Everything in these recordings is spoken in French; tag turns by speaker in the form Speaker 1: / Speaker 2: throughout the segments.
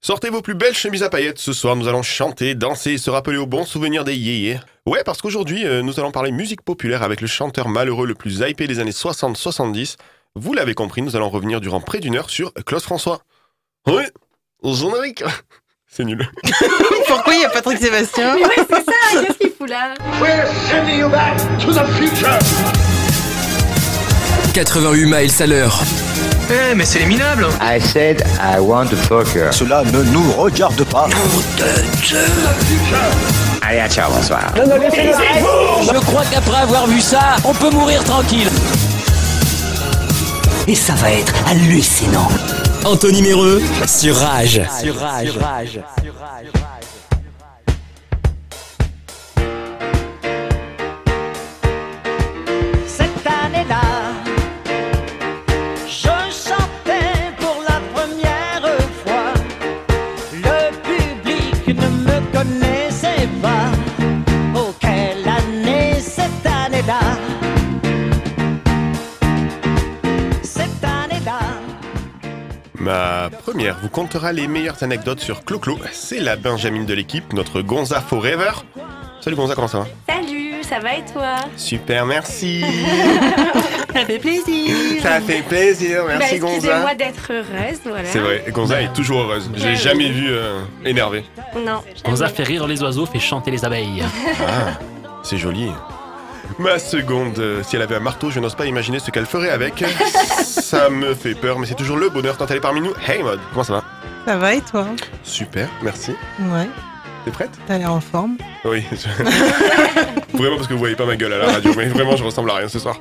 Speaker 1: Sortez vos plus belles chemises à paillettes. Ce soir, nous allons chanter, danser et se rappeler aux bons souvenirs des yéyés. Ouais, parce qu'aujourd'hui, euh, nous allons parler musique populaire avec le chanteur malheureux le plus hypé des années 60-70. Vous l'avez compris, nous allons revenir durant près d'une heure sur Claude François. Oui, générique C'est nul.
Speaker 2: Pourquoi il y a Patrick Sébastien
Speaker 3: Mais ouais, c'est ça, qu'est-ce qu'il fout là
Speaker 4: We're sending you back to the future.
Speaker 5: 88 miles à l'heure.
Speaker 6: Eh, mais c'est les minables
Speaker 7: I said I want to fuck her.
Speaker 8: Cela ne nous regarde pas.
Speaker 7: Allez, à ciao, bonsoir.
Speaker 5: Je crois qu'après avoir vu ça, on peut mourir tranquille.
Speaker 9: Et ça va être hallucinant.
Speaker 5: Anthony Méreux sur Rage.
Speaker 10: cette année-là. Je chantais pour la première fois. Le public ne me connaissait pas. Oh, quelle année cette année-là. Cette année-là.
Speaker 1: Ma première vous contera les meilleures anecdotes sur Clo-Clo. C'est la Benjamin de l'équipe, notre Gonza Forever. Salut Gonza, comment ça va
Speaker 3: Salut, ça va et toi
Speaker 1: Super, merci.
Speaker 2: Ça fait plaisir
Speaker 1: Ça fait plaisir,
Speaker 3: Bah,
Speaker 1: merci Gonza.
Speaker 3: Excusez-moi d'être heureuse, voilà.
Speaker 1: C'est vrai, Gonza est toujours heureuse. Je l'ai
Speaker 3: Ouais,
Speaker 1: jamais vu euh, énervée.
Speaker 3: Non.
Speaker 6: Gonza
Speaker 3: jamais.
Speaker 6: fait rire les oiseaux, fait chanter les abeilles.
Speaker 1: Ah, c'est joli. Ma seconde, euh, si elle avait un marteau, je n'ose pas imaginer ce qu'elle ferait avec. ça me fait peur, mais c'est toujours le bonheur quand elle est parmi nous. Hey Maud, comment ça va
Speaker 2: Ça va et toi
Speaker 1: Super, merci.
Speaker 2: Ouais,
Speaker 1: T'es prête
Speaker 2: t'as l'air en forme.
Speaker 1: Oui. je- vraiment parce que vous voyez pas ma gueule à la radio, mais vraiment je ressemble à rien ce soir.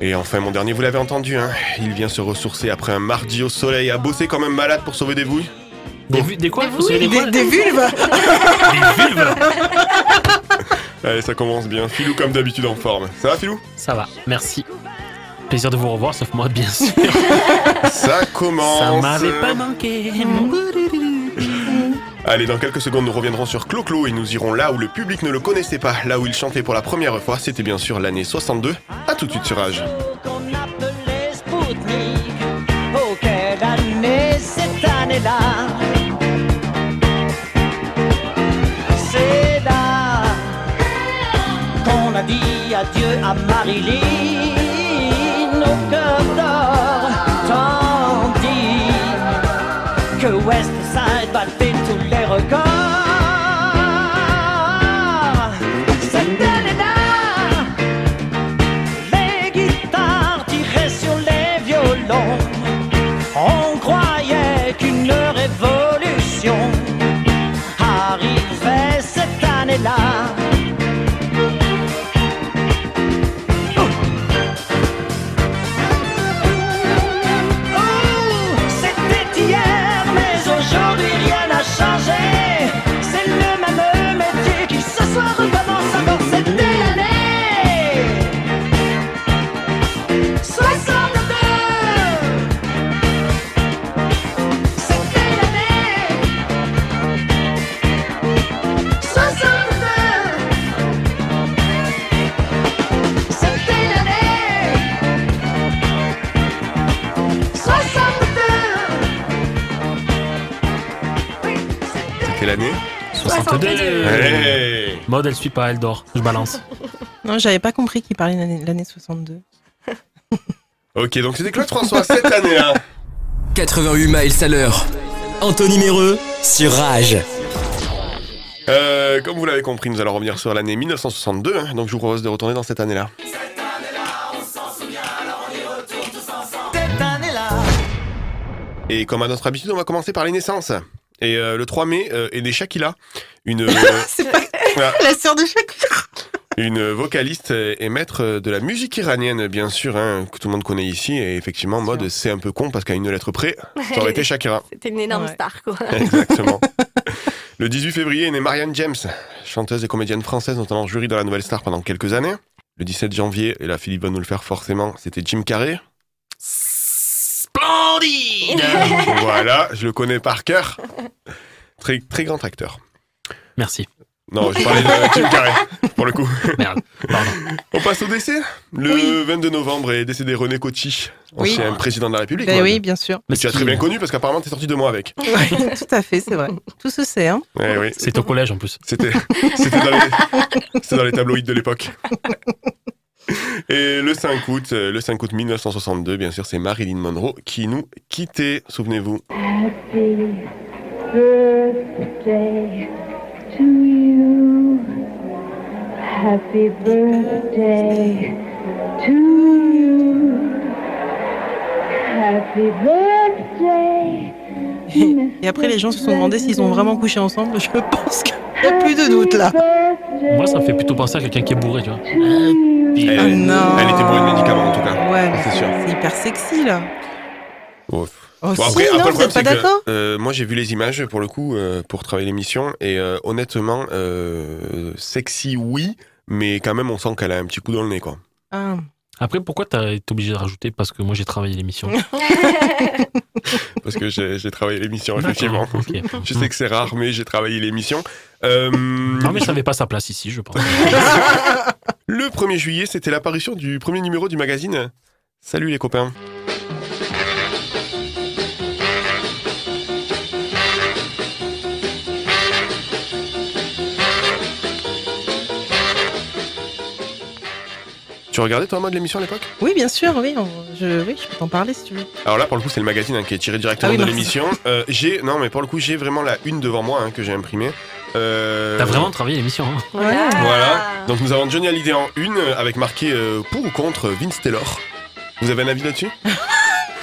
Speaker 1: Et enfin mon dernier, vous l'avez entendu, hein. Il vient se ressourcer après un mardi au soleil, à bosser comme un malade pour sauver des bouilles.
Speaker 6: Des, vu- des quoi
Speaker 3: Des
Speaker 6: Vous savez des
Speaker 2: Des,
Speaker 6: quoi
Speaker 2: des vulves
Speaker 6: Des vulves
Speaker 1: Allez, ça commence bien. Filou comme d'habitude en forme. Ça va Filou
Speaker 6: Ça va, merci. Plaisir de vous revoir, sauf moi, bien sûr.
Speaker 1: Ça commence.
Speaker 6: Ça m'avait pas manqué.
Speaker 1: Allez, dans quelques secondes, nous reviendrons sur Clo-Clo et nous irons là où le public ne le connaissait pas, là où il chantait pour la première fois, c'était bien sûr l'année 62. À tout de suite sur Rage.
Speaker 10: Qu'on appelait Spoutnik. Oh, quelle année cette année-là. C'est là qu'on a dit adieu à Marilyn. Nos cœurs d'or, tandis que West Side battait tous les records. Cette année-là. Les guitares tiraient sur les violons. On croyait qu'une révolution arrivait cette année-là. Oh, C'était hier, mais aujourd'hui rien n'a changé. C'est le même métier qui ce soir recommence encore cette année. 62
Speaker 1: C'était
Speaker 10: C'était l'année 62 C'était l'année 62 Oui, c'était
Speaker 1: l'année
Speaker 6: 62
Speaker 1: Hey
Speaker 6: Mode, elle suit pas, elle dort. Je balance.
Speaker 2: Non, j'avais pas compris qu'il parlait de l'année- l'année 62.
Speaker 1: Ok, donc c'était Claude François cette année-là.
Speaker 5: 88 miles à l'heure. Anthony Méreux sur Rage.
Speaker 1: Euh, comme vous l'avez compris, nous allons revenir sur l'année 1962, hein, donc je vous propose de retourner dans cette année-là. Et comme à notre habitude, on va commencer par les naissances. Et euh, le 3 mai, euh, est né Shakila, une... euh,
Speaker 2: C'est pas
Speaker 1: Ah.
Speaker 2: la sœur de Shakira
Speaker 1: Une vocaliste et maître de la musique iranienne, bien sûr, hein, que tout le monde connaît ici. Et effectivement, mode, c'est un peu con parce qu'à une lettre près, ça aurait été Shakira.
Speaker 3: C'était une énorme
Speaker 2: Ouais.
Speaker 3: star, quoi.
Speaker 1: Exactement. Le 18 février est née Marianne James, chanteuse et comédienne française, notamment jury dans la Nouvelle Star pendant quelques années. Le 17 janvier, et là Philippe va nous le faire forcément, c'était Jim Carrey.
Speaker 6: Splendide
Speaker 1: voilà, je le connais par cœur. Très, très grand acteur.
Speaker 6: Merci.
Speaker 1: Non, je parlais de Jim Carrey, pour le coup.
Speaker 6: Merde, pardon.
Speaker 1: On passe au décès. Le
Speaker 2: Oui.
Speaker 1: 22 novembre est décédé René Coty,
Speaker 2: Oui.
Speaker 1: ancien président de la République.
Speaker 2: Ben
Speaker 1: Maude.
Speaker 2: oui, bien sûr.
Speaker 1: Mais tu as très
Speaker 6: Mesquine.
Speaker 1: bien connu parce qu'apparemment t'es sorti deux mois avec.
Speaker 2: Tout à fait, c'est vrai. Tout se sait, hein.
Speaker 1: Eh oui,
Speaker 6: C'est au collège en plus.
Speaker 1: c'était c'était dans, les- c'était dans les tabloïds de l'époque. Et le 5 août, euh, le 5 août 1962, bien sûr, c'est Marilyn Monroe qui nous quittait, souvenez-vous.
Speaker 2: Et après, les gens se sont demandé s'ils ont vraiment couché ensemble. Je pense qu'il n'y a plus de doute là.
Speaker 6: Moi, ça me fait plutôt penser à quelqu'un qui est bourré, tu vois.
Speaker 1: Euh, Elle,
Speaker 2: Ah non.
Speaker 1: elle était bourrée de médicaments en tout cas.
Speaker 2: Ouais, mais
Speaker 1: C'est sûr.
Speaker 2: c'est hyper sexy là.
Speaker 1: Ouais. Bon,
Speaker 2: Oh, si,
Speaker 1: après, après,
Speaker 2: non,
Speaker 1: le
Speaker 2: vous n'êtes
Speaker 1: problème,
Speaker 2: pas
Speaker 1: c'est que,
Speaker 2: d'accord
Speaker 1: euh, Moi, j'ai vu les images pour le coup euh, pour travailler l'émission et euh, honnêtement, euh, sexy oui, mais quand même, on sent qu'elle a un petit coup dans le nez quoi.
Speaker 2: Ah.
Speaker 6: Après, pourquoi t'as été obligé de rajouter Parce que moi, j'ai travaillé l'émission.
Speaker 1: Parce que j'ai j'ai travaillé l'émission
Speaker 6: D'accord,
Speaker 1: effectivement.
Speaker 6: ok.
Speaker 1: Je sais que c'est rare, mais j'ai travaillé l'émission. Euh,
Speaker 6: Non, mais ça n'avait pas sa place ici, je pense.
Speaker 1: le 1er juillet, c'était l'apparition du premier numéro du magazine. Salut les copains. Tu regardais toi mode l'émission à l'époque
Speaker 2: Oui, bien sûr, oui, on- je, oui, je peux t'en parler si tu veux.
Speaker 1: Alors là, pour le coup, c'est le magazine hein, qui est tiré directement
Speaker 2: Ah oui,
Speaker 1: de
Speaker 2: mince.
Speaker 1: l'émission. Euh, j'ai non, mais pour le coup, j'ai vraiment la une devant moi hein, que j'ai imprimée. Euh,
Speaker 6: T'as vraiment travaillé l'émission. hein.
Speaker 3: Voilà.
Speaker 1: Voilà. Donc nous avons Johnny Hallyday en une euh, avec marqué euh, pour ou contre Vince Taylor. Vous avez un avis là-dessus
Speaker 3: Je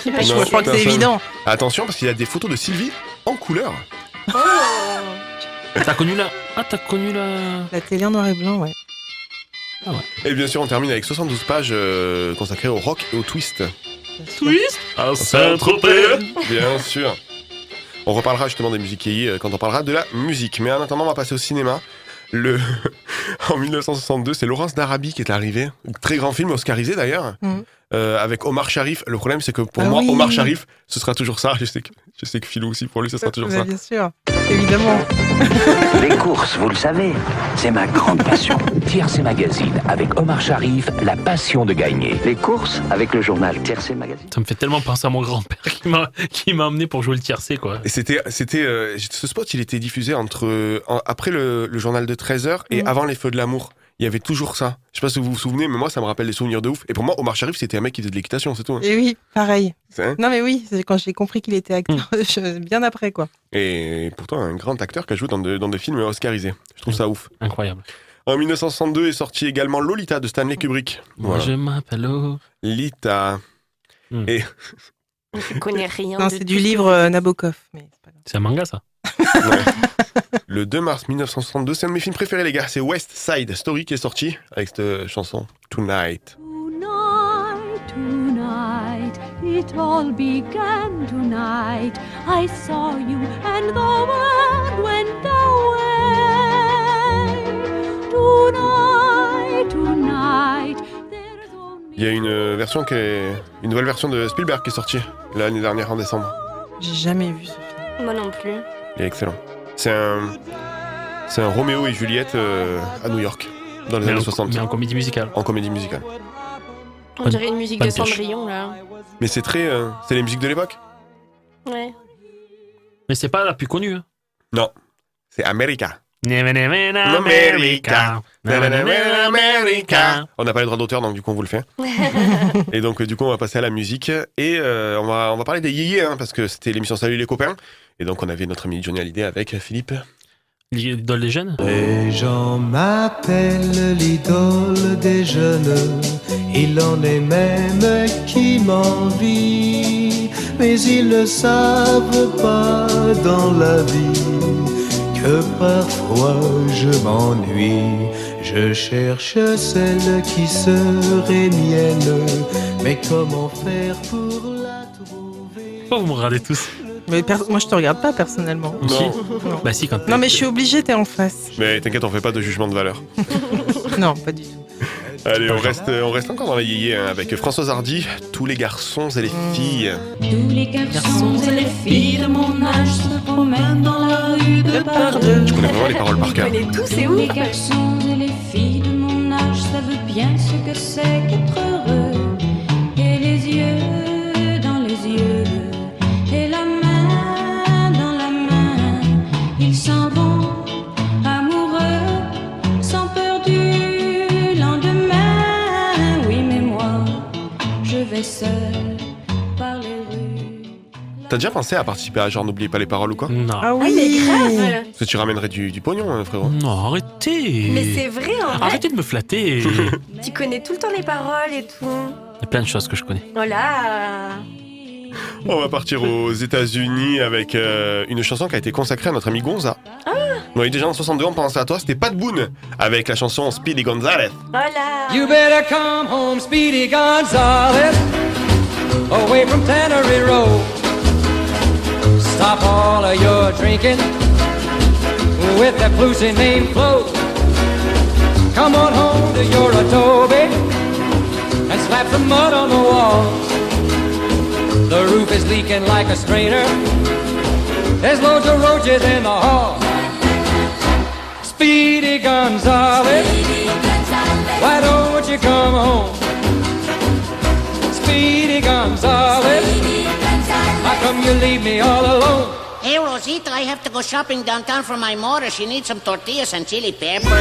Speaker 3: sais pas,
Speaker 1: Non,
Speaker 2: je
Speaker 3: je
Speaker 2: crois que c'est
Speaker 1: personne.
Speaker 2: évident.
Speaker 1: Attention parce qu'il y a des photos de Sylvie en couleur.
Speaker 6: T'as connu la. Oh. Ah, t'as connu la.
Speaker 2: La télé en noir et blanc, ouais.
Speaker 1: Et bien sûr on termine avec 72 pages euh, consacrées au rock et au twist.
Speaker 2: Twist
Speaker 6: Ah,
Speaker 1: Bien sûr. On reparlera justement des musiques yéyé euh, quand on parlera de la musique. Mais en attendant, on va passer au cinéma. Le... en 1962, c'est Laurence d'Arabie qui est arrivée. Très grand film, oscarisé d'ailleurs,
Speaker 2: Mhm.
Speaker 1: Euh, avec Omar Sharif. Le problème, c'est que pour
Speaker 2: Ah
Speaker 1: moi,
Speaker 2: oui.
Speaker 1: Omar Sharif, ce sera toujours ça. Je sais que, je sais que Philou aussi, pour lui, ce sera toujours ça.
Speaker 2: Bien sûr, évidemment.
Speaker 9: Les courses, vous le savez, c'est ma grande passion. Tiercé Magazine, avec Omar Sharif, la passion de gagner. Les courses, avec le journal Tiercé Magazine.
Speaker 6: Ça me fait tellement penser à mon grand-père qui m'a qui m'a amené pour jouer le tiercé, quoi.
Speaker 1: Et c'était, c'était, euh, ce spot, il était diffusé entre euh, en- après le, le journal de 13h et
Speaker 2: Mhm.
Speaker 1: avant les feux de l'amour. Il y avait toujours ça. Je sais pas si vous vous souvenez, mais moi, ça me rappelle des souvenirs de ouf. Et pour moi, Omar Sharif, c'était un mec qui faisait de l'équitation, c'est tout. hein.
Speaker 2: Et oui, pareil.
Speaker 1: C'est- hein.
Speaker 2: Non, mais oui, c'est quand j'ai compris qu'il était acteur,
Speaker 6: Hmm.
Speaker 2: je- bien après, quoi.
Speaker 1: Et pourtant, un grand acteur qui a joué dans, de- dans des films oscarisés. Je trouve ça ouf.
Speaker 6: Incroyable.
Speaker 1: En 1962 est sorti également Lolita de Stanley Kubrick.
Speaker 6: Moi,
Speaker 1: Voilà.
Speaker 6: je Hmm. m'appelle. O.
Speaker 1: Lita.
Speaker 3: Je connais rien.
Speaker 2: Non,
Speaker 3: de
Speaker 2: c'est
Speaker 3: tout
Speaker 2: du
Speaker 3: ça.
Speaker 2: livre euh, Nabokov. Mais c'est pas grave.
Speaker 6: C'est un manga, ça.
Speaker 1: Le 2 mars 1962, c'est un de mes films préférés, les gars. C'est West Side Story qui est sorti avec cette euh, chanson Tonight.
Speaker 11: Tonight, tonight, it all began tonight. I saw you and the world went away. Tonight, tonight, there's only.
Speaker 1: Il y a une euh, version qui est. Une nouvelle version de Spielberg qui est sortie l'année dernière en décembre.
Speaker 2: J'ai jamais vu ce film.
Speaker 3: Moi non plus.
Speaker 1: Il est excellent. C'est un. C'est un Roméo et Juliette euh, à New York, dans les
Speaker 6: Mais
Speaker 1: années
Speaker 6: en-
Speaker 1: 60,
Speaker 6: mais en comédie musicale.
Speaker 1: en comédie musicale.
Speaker 3: On
Speaker 6: Bonne-
Speaker 3: dirait une musique
Speaker 6: bonne
Speaker 3: de
Speaker 6: pioche.
Speaker 3: Cendrillon, là.
Speaker 1: Mais c'est très. euh, c'est les musiques de l'époque.
Speaker 3: Ouais.
Speaker 6: Mais c'est pas la plus connue. hein.
Speaker 1: C'est America.
Speaker 6: America.
Speaker 3: Hein.
Speaker 6: America.
Speaker 1: On n'a pas les droits d'auteur, donc du coup on vous le fait. et donc euh, du coup on va passer à la musique et euh, on, va, on va parler des yéyés, hein, parce que c'était l'émission Salut les copains. Et donc on avait notre ami Johnny Hallyday avec Philippe.
Speaker 6: L'idole des jeunes
Speaker 10: Les gens m'appellent l'idole des jeunes, il en est même qui m'envie, mais ils ne savent pas dans la vie que parfois je m'ennuie. Je cherche celle qui serait mienne, mais comment faire pour la trouver
Speaker 6: Pourquoi vous me regardez tous
Speaker 2: Mais per- moi, je te regarde pas personnellement.
Speaker 6: Si.
Speaker 2: Non.
Speaker 6: Bah si, quand
Speaker 2: Non, mais je suis obligée, t'es en face.
Speaker 1: Mais t'inquiète, on fait pas de jugement de valeur.
Speaker 2: Non, pas du tout.
Speaker 1: Allez, on reste, on reste encore dans les yéyés hein, avec Françoise Hardy, tous les garçons et les filles.
Speaker 11: Tous les garçons et les filles de mon âge se promènent dans la rue plus de pardon.
Speaker 1: Je connais vraiment les paroles par cœur.
Speaker 3: connais tous, c'est
Speaker 11: Les
Speaker 3: ouf.
Speaker 11: garçons et les filles de mon âge savent bien ce que c'est qu'être heureux. Et les yeux dans les yeux, et la main dans la main, ils s'en vont amoureux, sans peur du lendemain. Oui, mais moi, je vais seul par les rues.
Speaker 1: T'as déjà pensé à participer à genre N'oubliez pas les paroles ou quoi
Speaker 6: Non.
Speaker 2: Ah
Speaker 3: Ah, mais
Speaker 2: oui
Speaker 3: grave
Speaker 1: Parce que tu ramènerais du, du pognon, hein, frérot.
Speaker 6: Non, arrêtez.
Speaker 3: Mais c'est vrai, en
Speaker 1: Ah.
Speaker 3: vrai,
Speaker 6: Arrêtez de me flatter.
Speaker 3: tu connais tout le temps les paroles et tout.
Speaker 6: Il y a plein de choses que je connais.
Speaker 3: Oh là
Speaker 1: On va partir aux États-Unis avec euh, une chanson qui a été consacrée à notre ami Gonza.
Speaker 10: Ah!
Speaker 1: Oui, déjà en 62, on pensait à toi, c'était Pat Boone, avec la chanson Speedy Gonzalez.
Speaker 3: Oh là
Speaker 12: You better come home, Speedy Gonzales, away from Tannery Row. Stop all of your drinking with that bluesy name Flo. Come on home to your adobe and slap some mud on the walls. The roof is leaking like a strainer. There's loads of roaches in the hall. Speedy Gonzales. Why don't you come home? Speedy Gonzales, how come you leave me all alone?
Speaker 10: Hey, Rosita, I have to go shopping downtown for my mother. She needs some tortillas and chili pepper.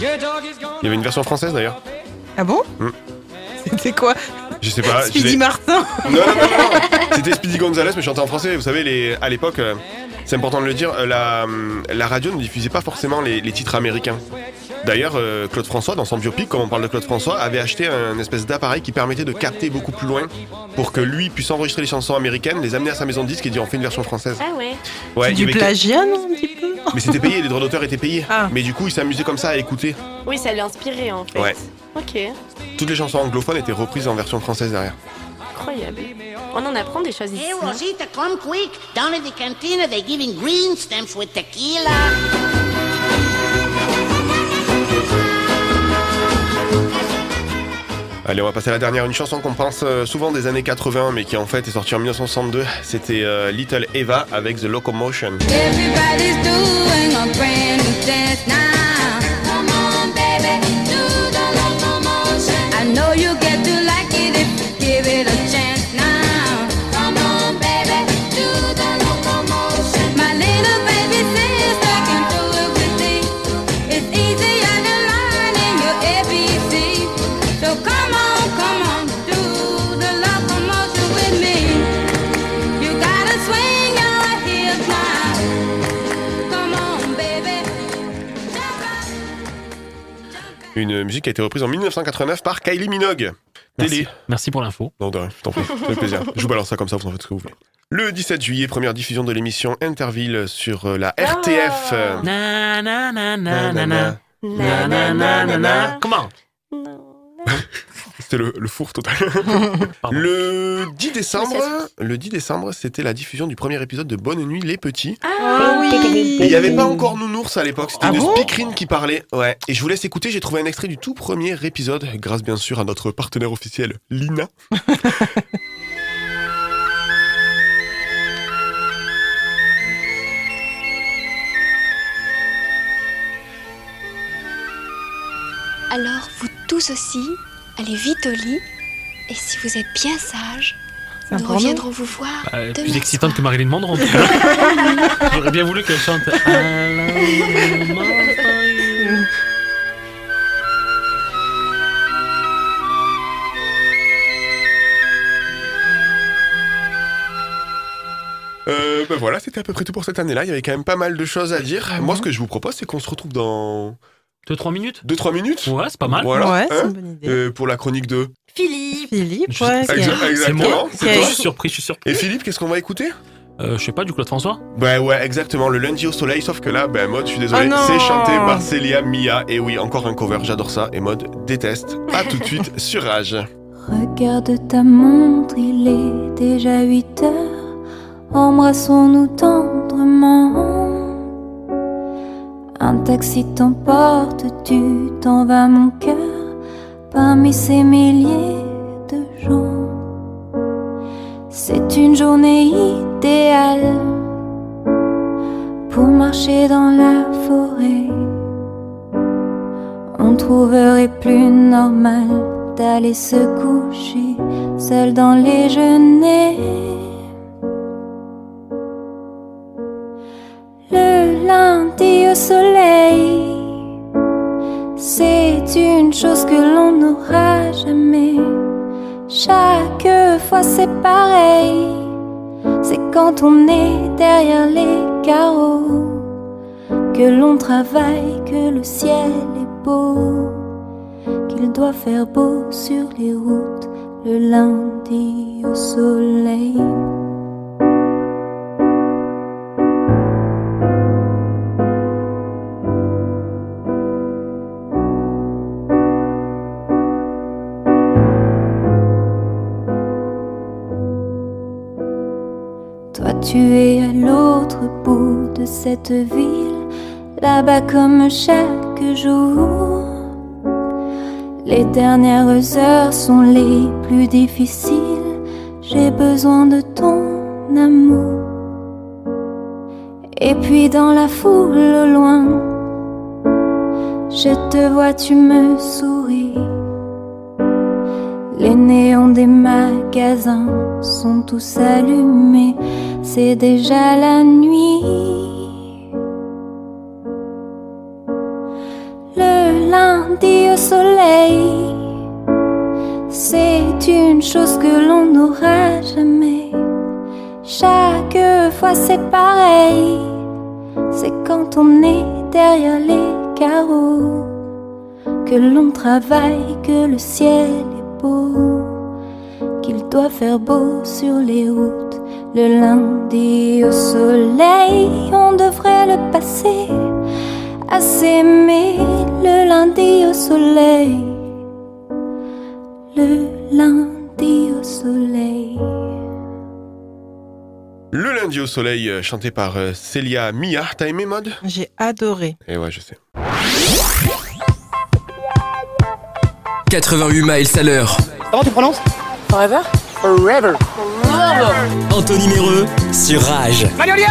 Speaker 12: Your dog is gone.
Speaker 1: Il y avait une version française d'ailleurs.
Speaker 2: Ah bon
Speaker 1: Hmm.
Speaker 2: C'était quoi
Speaker 1: Je sais
Speaker 6: Bah,
Speaker 1: pas. je l'ai-
Speaker 2: Speedy Martin
Speaker 1: Non, non, non, non, non. C'était Speedy Gonzalez, mais chanté en français. Vous savez, les, à l'époque, euh, c'est important de le dire, euh, la, euh, la radio ne diffusait pas forcément les, les titres américains. D'ailleurs, euh, Claude François, dans son biopic, comme on parle de Claude François, avait acheté un espèce d'appareil qui permettait de capter beaucoup plus loin pour que lui puisse enregistrer les chansons américaines, les amener à sa maison de disque et dire on fait une version française.
Speaker 3: Ah ouais
Speaker 1: Ouais,
Speaker 2: Du
Speaker 1: il y avait-
Speaker 2: plagiat, non, un petit peu
Speaker 1: Mais c'était payé, les droits d'auteur étaient payés.
Speaker 2: Ah.
Speaker 1: Mais du coup, il s'amusait comme ça à écouter.
Speaker 3: Oui, ça l'a inspiré en fait.
Speaker 1: Ouais.
Speaker 3: Ok,
Speaker 1: Toutes les chansons anglophones étaient reprises en version française derrière.
Speaker 3: incroyable. On en apprend des choses ici.
Speaker 10: Hey,
Speaker 3: hein.
Speaker 10: Rosita, come quick. Down at the cantina, they're giving green stamps with tequila.
Speaker 1: Allez, on va passer à la dernière. Une chanson qu'on pense euh, souvent des années 80, mais qui en fait est sortie en 1962. C'était euh, Little Eva avec The Locomotion.
Speaker 11: Everybody's doing a brand new dance now. Come on, baby, do the locomotion. I know you get to like it if you give it a chance now. Come on, baby, do the locomotion. My little baby sister can do it with me. It's easier than learning your ABC. So come on, come on, do the locomotion with me. You gotta swing your heels now. Come on, baby.
Speaker 1: Une musique qui a été reprise en 1989 par Kylie Minogue.
Speaker 6: Merci,
Speaker 1: Télé.
Speaker 6: Merci pour l'info.
Speaker 1: Non, de rien, je t'en prie, ça fait plaisir. Je vous balance ça comme ça, vous en faites ce que vous voulez. Le 17 juillet, première diffusion de l'émission Interville sur euh, la RTF. euh,
Speaker 6: Ah. Na na na na na na.
Speaker 1: nanana.
Speaker 6: Na na na na na. Comment
Speaker 1: C'était le, le four total.
Speaker 6: Pardon.
Speaker 1: le 10 décembre,
Speaker 3: Mais c'est-
Speaker 1: le 10 décembre, c'était la diffusion du premier épisode de Bonne Nuit les Petits.
Speaker 2: Ah oui
Speaker 1: Et il n'y avait pas encore Nounours à l'époque, c'était
Speaker 2: Ah
Speaker 1: une
Speaker 2: bon
Speaker 1: speakerine qui parlait. Ouais. Et je vous laisse écouter, j'ai trouvé un extrait du tout premier épisode, grâce bien sûr à notre partenaire officiel, Lina.
Speaker 11: Alors, vous tous aussi, allez vite au lit. Et si vous êtes bien sage,
Speaker 2: C'est un porno
Speaker 11: vous
Speaker 13: Ah,
Speaker 11: voir.
Speaker 6: Euh,
Speaker 11: Demain
Speaker 6: Plus
Speaker 11: soir.
Speaker 6: excitante que Marilyn Monroe. en tout cas. J'aurais bien voulu qu'elle chante. euh, I love you.
Speaker 1: Euh, ben voilà, c'était à peu près tout pour cette année-là, il y avait quand même pas mal de choses à dire. Moi, ce que je vous propose, c'est qu'on se retrouve dans
Speaker 6: Deux trois minutes.
Speaker 1: 2-3 minutes.
Speaker 6: Ouais, c'est pas mal.
Speaker 1: Voilà.
Speaker 2: Ouais, c'est
Speaker 1: hein,
Speaker 2: une bonne idée.
Speaker 1: euh, pour la chronique de...
Speaker 3: Philippe
Speaker 2: Philippe,
Speaker 6: Je-
Speaker 2: ouais,
Speaker 6: Exa-
Speaker 2: qui a-
Speaker 1: Exa-
Speaker 6: C'est
Speaker 1: Exactement,
Speaker 6: moi.
Speaker 1: c'est
Speaker 6: Je
Speaker 1: toi.
Speaker 6: suis surpris. Je suis surpris.
Speaker 1: Et Philippe, qu'est-ce qu'on va écouter
Speaker 6: Euh, je sais pas du Claude François.
Speaker 1: Ben ouais, exactement, le lundi au soleil, sauf que là, ben mode, je suis désolé,
Speaker 2: Oh non
Speaker 1: c'est chanté par Célia Mia. Et oui, encore un cover, j'adore ça, et mode, déteste. À tout de suite sur Rage.
Speaker 11: Regarde ta montre, il est déjà 8 heures. Embrassons-nous tendrement.
Speaker 13: Un taxi t'emporte, tu t'en vas mon cœur parmi ces milliers de gens. C'est une journée idéale pour marcher dans la forêt. On trouverait plus normal d'aller se coucher seul dans les genêts. Le lundi au soleil, c'est une chose que l'on n'aura jamais. Chaque fois c'est pareil, c'est quand on est derrière les carreaux que l'on travaille, que le ciel est beau, qu'il doit faire beau sur les routes le lundi au soleil. Toi tu es à l'autre bout de cette ville, là-bas comme chaque jour. Les dernières heures sont les plus difficiles, j'ai besoin de ton amour. Et puis dans la foule au loin, je te vois, tu me souris. Les néons des magasins sont tous allumés, c'est déjà la nuit. Le lundi au soleil, c'est une chose que l'on n'aura jamais. Chaque fois c'est pareil, c'est quand on est derrière les carreaux que l'on travaille, que le ciel est beau qu'il doit faire beau sur les routes. Le lundi au soleil, on devrait le passer à s'aimer. Le lundi au soleil, le lundi au soleil.
Speaker 1: Le lundi au soleil, euh, chanté par euh, Célia Mia. T'as aimé mode
Speaker 2: J'ai adoré.
Speaker 1: Et ouais, je sais.
Speaker 5: 88 miles à l'heure.
Speaker 14: Comment tu prononces
Speaker 5: Forever Forever. Anthony Méreux sur Rage.
Speaker 14: Magnolia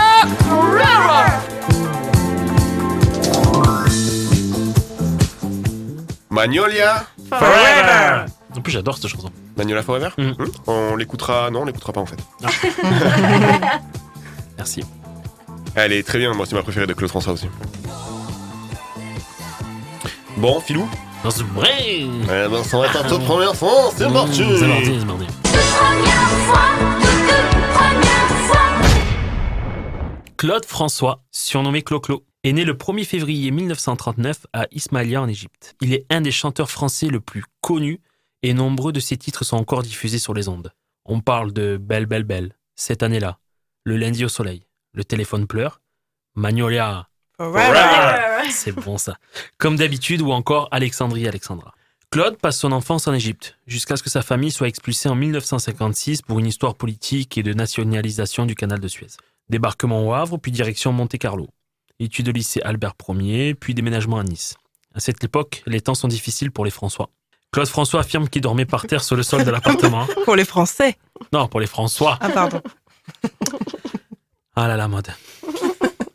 Speaker 1: Magnolia
Speaker 6: Forever En plus, j'adore cette chanson. Mm.
Speaker 1: Magnolia Forever Hmm On l'écoutera. Non, on l'écoutera pas en fait.
Speaker 6: Merci.
Speaker 1: Elle est très bien. Moi, c'est ma préférée de Claude François aussi. Bon, Filou
Speaker 6: Dans ce vrai
Speaker 1: Eh ben, ça va être notre première fois. C'est
Speaker 6: Mmh,
Speaker 1: parti
Speaker 6: C'est mardi, c'est mardi. Claude François, surnommé Clo-Clo, est né le 1er février 1939 à Ismailia en Égypte. Il est un des chanteurs français le plus connu et nombreux de ses titres sont encore diffusés sur les ondes. On parle de Belle Belle Belle, cette année-là, Le lundi au soleil, Le téléphone pleure, Magnolia.
Speaker 2: Forever.
Speaker 6: C'est bon ça. Comme d'habitude ou encore Alexandrie Alexandra. Claude passe son enfance en Égypte, jusqu'à ce que sa famille soit expulsée en 1956 pour une histoire politique et de nationalisation du canal de Suez. Débarquement au Havre, puis direction Monte-Carlo. Études au lycée Albert Ier, puis déménagement à Nice. À cette époque, les temps sont difficiles pour les François. Claude François affirme qu'il dormait par terre sur le sol de l'appartement.
Speaker 2: Pour les Français.
Speaker 6: Non, pour les François.
Speaker 2: Ah, pardon.
Speaker 6: Ah là là, mode.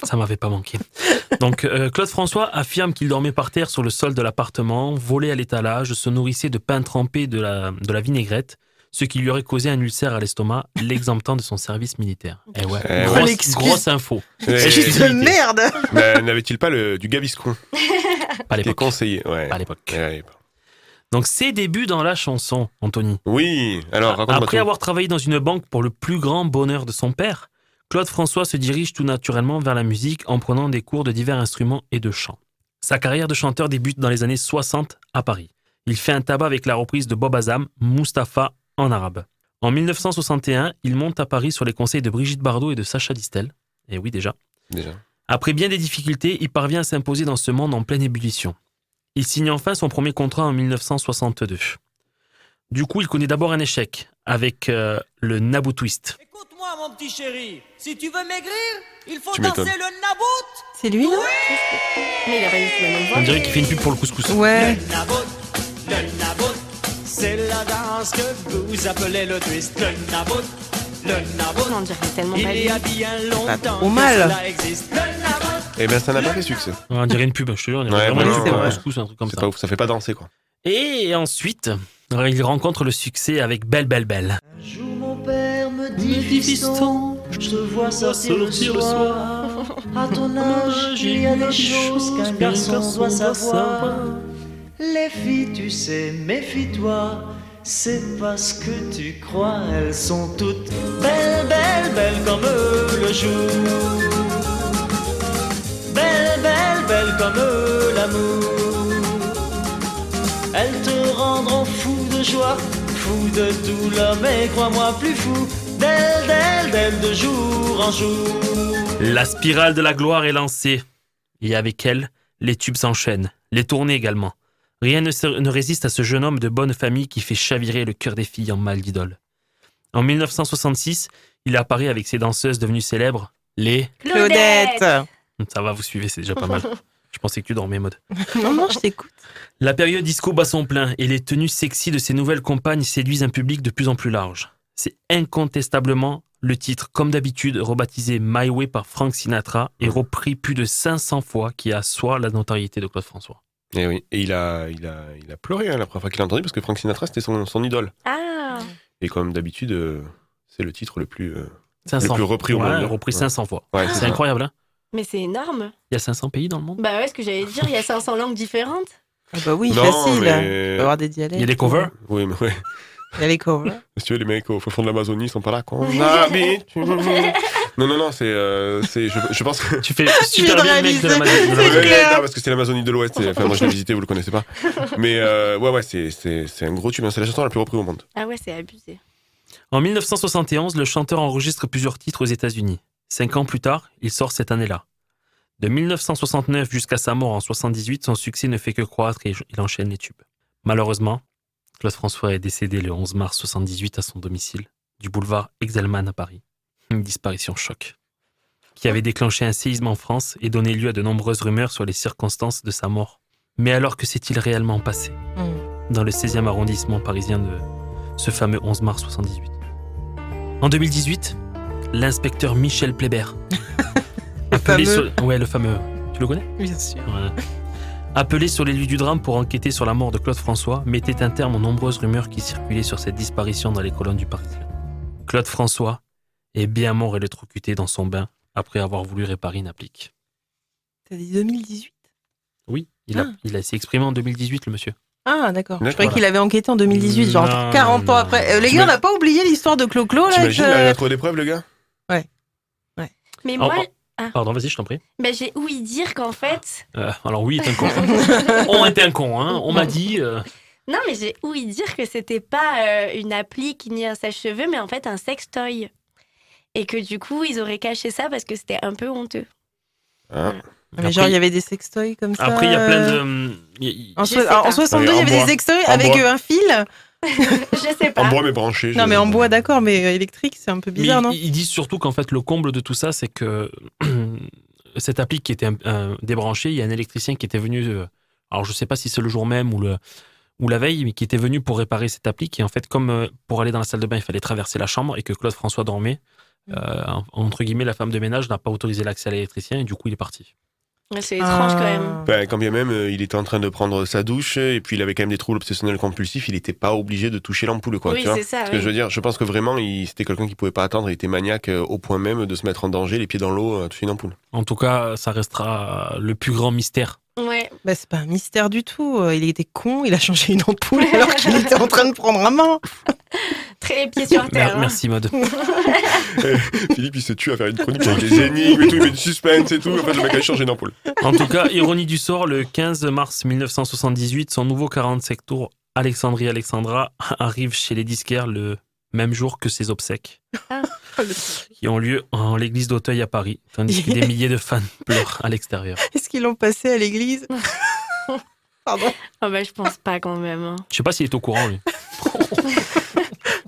Speaker 6: Ça m'avait pas manqué. Donc, euh, Claude François affirme qu'il dormait par terre sur le sol de l'appartement, volait à l'étalage, se nourrissait de pain trempé de la, de la vinaigrette, ce qui lui aurait causé un ulcère à l'estomac, l'exemptant de son service militaire. Eh ouais,
Speaker 1: Eh ouais.
Speaker 6: grosse,
Speaker 1: L'excuse-
Speaker 6: grosse info.
Speaker 1: Eh,
Speaker 6: Excuse-
Speaker 1: Excusez-moi.
Speaker 2: merde
Speaker 1: Mais N'avait-il pas le, du Gaviscon
Speaker 6: Pas à
Speaker 1: Qui est
Speaker 6: l'époque.
Speaker 1: conseillé, ouais.
Speaker 6: À l'époque.
Speaker 1: Eh, à l'époque.
Speaker 6: Donc, ses débuts dans la chanson, Anthony.
Speaker 1: Oui, alors raconte-moi
Speaker 6: Après
Speaker 1: tout.
Speaker 6: avoir travaillé dans une banque pour le plus grand bonheur de son père, Claude François se dirige tout naturellement vers la musique en prenant des cours de divers instruments et de chant. Sa carrière de chanteur débute dans les années 60 à Paris. Il fait un tabac avec la reprise de Bob Azam, Mustapha en arabe. En 1961, il monte à Paris sur les conseils de Brigitte Bardot et de Sacha Distel. Et oui, déjà.
Speaker 1: Déjà.
Speaker 6: Après bien des difficultés, il parvient à s'imposer dans ce monde en pleine ébullition. Il signe enfin son premier contrat en 1962. Du coup, il connaît d'abord un échec avec euh, le Naboo Twist.
Speaker 14: Écoute-moi, mon petit chéri. Si tu veux maigrir, il faut
Speaker 1: Tu
Speaker 14: danser
Speaker 1: m'étonnes.
Speaker 14: le nabout.
Speaker 2: C'est lui, là
Speaker 3: Mais il a pas du tout la même voix.
Speaker 6: On dirait qu'il fait une pub pour le couscous.
Speaker 2: Ouais.
Speaker 14: Le nabout, le nabout, c'est la danse que vous appelez le twist. Le nabout, le nabout.
Speaker 3: On dirait tellement pas
Speaker 14: Il
Speaker 3: lui.
Speaker 14: y a bien longtemps
Speaker 2: au
Speaker 14: que
Speaker 2: mal.
Speaker 14: cela existe. Le nabout.
Speaker 1: Et ben ça n'a pas fait succès.
Speaker 6: On dirait une pub, je te jure, on dirait
Speaker 1: Ouais,
Speaker 6: vraiment une
Speaker 1: vraiment,
Speaker 6: pub pour le
Speaker 1: ouais.
Speaker 6: couscous, un truc comme
Speaker 1: C'est
Speaker 6: ça.
Speaker 1: pas ouf, ça fait pas danser quoi.
Speaker 6: Et ensuite, il rencontre le succès avec Belle Belle Belle.
Speaker 10: jour mon père me dit fiston, je te vois sortir le soir. À ton âge, il y a des choses qu'un garçon doit savoir. Les filles, tu sais, méfie-toi. C'est parce que tu crois, elles sont toutes belles, belles, belles comme le jour. Belles, belles, belles comme l'amour. Elles te rendront fou de joie, fou de tout l'homme et crois-moi plus fou d'elle, d'elle, d'elle de jour en jour.
Speaker 6: La spirale de la gloire est lancée. Et avec elle, les tubes s'enchaînent, les tournées également. Rien ne, se- ne résiste à ce jeune homme de bonne famille qui fait chavirer le cœur des filles en mal d'idole. En 1966, il apparaît avec ses danseuses devenues célèbres, les...
Speaker 2: Claudette
Speaker 6: Ça va, vous suivez, c'est déjà pas mal. Je pensais que tu dormais, mode.
Speaker 2: Non, non, je t'écoute.
Speaker 6: La période disco bat son plein et les tenues sexy de ses nouvelles compagnes séduisent un public de plus en plus large. C'est incontestablement le titre, comme d'habitude, rebaptisé My Way par Frank Sinatra
Speaker 1: Mmh.
Speaker 6: et repris plus de 500 fois qui assoit la notoriété de Claude François.
Speaker 1: Et Eh oui, et il a, il a, il a pleuré hein, la première fois qu'il l'a entendu parce que Frank Sinatra c'était son, son idole.
Speaker 3: Ah,
Speaker 1: Et comme d'habitude, euh, c'est le titre le plus. euh,
Speaker 6: 500
Speaker 1: Le plus repris au
Speaker 6: Ouais,
Speaker 1: monde.
Speaker 6: repris
Speaker 1: Ouais.
Speaker 6: 500 fois.
Speaker 1: Ouais,
Speaker 6: c'est
Speaker 1: ça.
Speaker 6: incroyable, hein
Speaker 3: mais c'est énorme.
Speaker 6: Il y a 500 pays dans le monde.
Speaker 3: Bah ouais, ce que j'allais dire, il y a 500 langues différentes.
Speaker 2: Ah bah oui,
Speaker 1: Non,
Speaker 2: facile.
Speaker 1: mais-
Speaker 2: Il va avoir des dialectes.
Speaker 6: Il y a des covers
Speaker 1: Oui, mais ouais.
Speaker 2: Il y a les covers.
Speaker 1: Si tu veux, les mecs au fond de l'Amazonie ils sont pas là. Quoi. On habite une- Non, non, non, c'est. euh, c'est- je, je pense que.
Speaker 6: Tu fais
Speaker 2: Tu viens
Speaker 6: super
Speaker 2: de
Speaker 6: bien le mec de
Speaker 2: réaliser.
Speaker 6: la Madeleine.
Speaker 2: C'est
Speaker 1: Ouais,
Speaker 2: clair.
Speaker 1: non, parce que c'est l'Amazonie de l'Ouest. c'est- Enfin, moi, je l'ai visité, vous le connaissez pas. Mais euh, ouais, ouais, c'est- c'est c'est un gros tube. hein. C'est la chanson la plus reprise au monde.
Speaker 3: Ah ouais, c'est abusé.
Speaker 6: En 1971, le chanteur enregistre plusieurs titres aux États-Unis. Cinq ans plus tard, il sort cette année-là. De 1969 jusqu'à sa mort en 78, son succès ne fait que croître et il enchaîne les tubes. Malheureusement, Claude François est décédé le 11 mars 78 à son domicile, du boulevard Exelman à Paris. Une disparition choc, qui avait déclenché un séisme en France et donné lieu à de nombreuses rumeurs sur les circonstances de sa mort. Mais alors que s'est-il réellement passé
Speaker 2: Hmm.
Speaker 6: dans le 16e arrondissement parisien de ce fameux 11 mars 78. En 2018, l'inspecteur Michel Plébert, appelé
Speaker 2: fameux.
Speaker 6: sur- ouais, le fameux, tu le connais
Speaker 2: Bien sûr.
Speaker 6: Ouais. Appelé sur les lieux du drame pour enquêter sur la mort de Claude François, mettait un terme aux nombreuses rumeurs qui circulaient sur cette disparition dans les colonnes du Parisien. Claude François est bien mort électrocuté dans son bain après avoir voulu réparer une applique.
Speaker 2: T'as dit 2018
Speaker 6: Oui, il a,
Speaker 2: Ah.
Speaker 6: il a s'est exprimé en 2018, le monsieur.
Speaker 2: Ah, d'accord. Je
Speaker 1: D'accord.
Speaker 2: croyais qu'il avait enquêté en 2018, genre
Speaker 6: Non,
Speaker 2: 40
Speaker 6: non.
Speaker 2: ans après. Euh, les
Speaker 1: Tu
Speaker 2: gars, on
Speaker 1: m'as-
Speaker 2: n'a pas oublié l'histoire de Clo-Clo, là avec,
Speaker 1: T'imagines, là, il
Speaker 2: euh,
Speaker 1: a trouvé des preuves, le gars
Speaker 3: Mais
Speaker 6: Oh,
Speaker 3: moi, ah.
Speaker 6: oh. Pardon, vas-y, je t'en prie.
Speaker 3: bah, j'ai ouï dire qu'en fait.
Speaker 6: Euh, alors oui, il est un con. on était un con, hein. On m'a dit. euh,
Speaker 3: Non, mais j'ai ouï dire que c'était pas euh, une applique ni un sèche-cheveux, mais en fait un sextoy. Et que du coup, ils auraient caché ça parce que c'était un peu honteux.
Speaker 1: Hein
Speaker 2: Mais genre, il y avait des sextoys comme ça.
Speaker 6: Après, il y a plein
Speaker 2: euh,
Speaker 6: de. hum, il- il-
Speaker 2: En,
Speaker 3: Je
Speaker 2: so-
Speaker 3: sais
Speaker 2: en
Speaker 3: pas.
Speaker 2: 62,
Speaker 1: Oui,
Speaker 2: il y
Speaker 1: en
Speaker 2: avait
Speaker 1: bois.
Speaker 2: des sextoys
Speaker 1: En
Speaker 2: avec
Speaker 1: bois.
Speaker 2: euh, un fil.
Speaker 3: Je sais
Speaker 1: En
Speaker 3: pas.
Speaker 1: bois, mais branché. je-
Speaker 2: Non, mais en bois, d'accord, mais euh, électrique, c'est un peu
Speaker 6: Mais
Speaker 2: bizarre,
Speaker 6: ils-
Speaker 2: non
Speaker 6: ils disent surtout qu'en fait, le comble de tout ça, c'est que cette appli qui était un- un- débranchée, il y a un électricien qui était venu. euh, alors, je sais pas si c'est le jour même ou, le, ou la veille, mais qui était venu pour réparer cette appli. Qui, en fait, comme euh, pour aller dans la salle de bain, il fallait traverser la chambre et que Claude François dormait,
Speaker 2: Mmh.
Speaker 6: euh, en- entre guillemets, la femme de ménage n'a pas autorisé l'accès à l'électricien et du coup, il est parti.
Speaker 3: Ouais, C'est étrange quand même.
Speaker 1: Ben, quand bien même, euh, il était en train de prendre sa douche et puis il avait quand même des troubles obsessionnels compulsifs, il n'était pas obligé de toucher l'ampoule, quoi.
Speaker 3: oui,
Speaker 1: tu vois
Speaker 3: c'est ça.
Speaker 1: Ce
Speaker 3: oui.
Speaker 1: que je veux dire, je pense que vraiment, il- c'était quelqu'un qui pouvait pas attendre, il était maniaque euh, au point même de se mettre en danger, les pieds dans l'eau, euh, toucher une ampoule.
Speaker 6: En tout cas, ça restera le plus grand mystère.
Speaker 3: Ouais.
Speaker 2: Bah, c'est pas un mystère du tout. Euh, Il était con, il a changé une ampoule alors qu'il était en train de prendre un main. Ah.
Speaker 3: Très les pieds sur
Speaker 6: Mer-
Speaker 3: terre. hein.
Speaker 6: Merci, Mode.
Speaker 1: Philippe, il se tue à faire une chronique avec des énigmes et tout, il met du suspense et tout, en fait, le mec a changé une ampoule.
Speaker 6: En tout cas, ironie du sort, le 15 mars 1978, son nouveau 45 tours Alexandrie Alexandra arrive chez les disquaires le même jour que ses obsèques, qui ont lieu en l'église d'Auteuil à Paris, tandis que des milliers de fans pleurent à l'extérieur.
Speaker 2: Est-ce qu'ils l'ont passé à l'église Pardon.
Speaker 3: Ah bah, je Oh, pense pas quand même. hein.
Speaker 6: Je sais pas s'il est au courant, lui.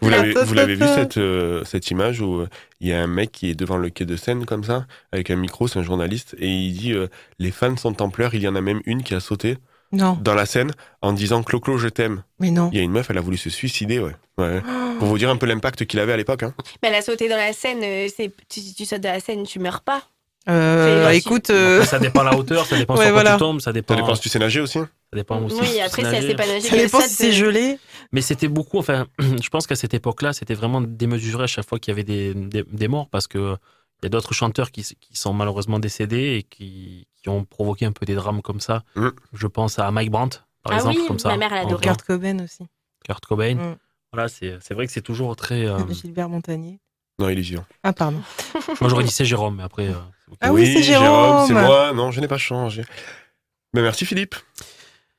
Speaker 1: Vous l'avez, vous l'avez vu cette, euh, cette image où euh, il y a un mec qui est devant le quai de Seine comme ça, avec un micro, c'est un journaliste, et il dit euh, Les fans sont en pleurs, il y en a même une qui a sauté
Speaker 2: Non.
Speaker 1: dans la Seine en disant Clo-Clo, je t'aime.
Speaker 2: Mais non.
Speaker 1: Il y a une meuf, elle a voulu se suicider, ouais. Ouais. Pour vous dire un peu l'impact qu'il avait à l'époque. hein.
Speaker 3: Mais elle a sauté dans Bah, la scène, euh, c'est- tu, tu sautes dans la scène, tu meurs pas.
Speaker 2: Euh, écoute, euh,
Speaker 6: Après, ça dépend la hauteur, ça dépend
Speaker 2: Ouais,
Speaker 6: sur
Speaker 2: voilà.
Speaker 6: quoi tu tombes, ça dépend.
Speaker 1: Ça dépend si tu sais nager aussi. hein.
Speaker 6: Ça dépend aussi.
Speaker 3: Oui, après, si elle s'est pas nagée,
Speaker 2: ça
Speaker 3: qu'elle
Speaker 2: dépend si
Speaker 3: saute,
Speaker 2: c'est
Speaker 3: euh,
Speaker 2: gelé.
Speaker 6: Mais c'était beaucoup, enfin, je pense qu'à cette époque-là, c'était vraiment démesuré à chaque fois qu'il y avait des, des- des morts parce que il y a d'autres chanteurs qui, s- qui sont malheureusement décédés et qui, qui ont provoqué un peu des drames comme ça.
Speaker 1: Mm.
Speaker 6: Je pense à Mike Brandt, par
Speaker 3: Ah
Speaker 6: exemple,
Speaker 3: oui,
Speaker 6: comme ça.
Speaker 3: ma mère, elle
Speaker 6: en-
Speaker 3: adorait.
Speaker 6: en-
Speaker 2: Kurt Cobain aussi.
Speaker 6: Kurt Cobain.
Speaker 2: Mm.
Speaker 6: Voilà, c'est c'est vrai que c'est toujours très. euh,
Speaker 2: Gilbert Montagnier.
Speaker 1: Non, il est vivant.
Speaker 2: Ah, pardon.
Speaker 6: Moi, j'aurais dit c'est Jérôme, mais après. euh,
Speaker 2: Ah oui, c'est Jérôme.
Speaker 1: c'est moi. Non, je n'ai pas changé. Mais merci Philippe.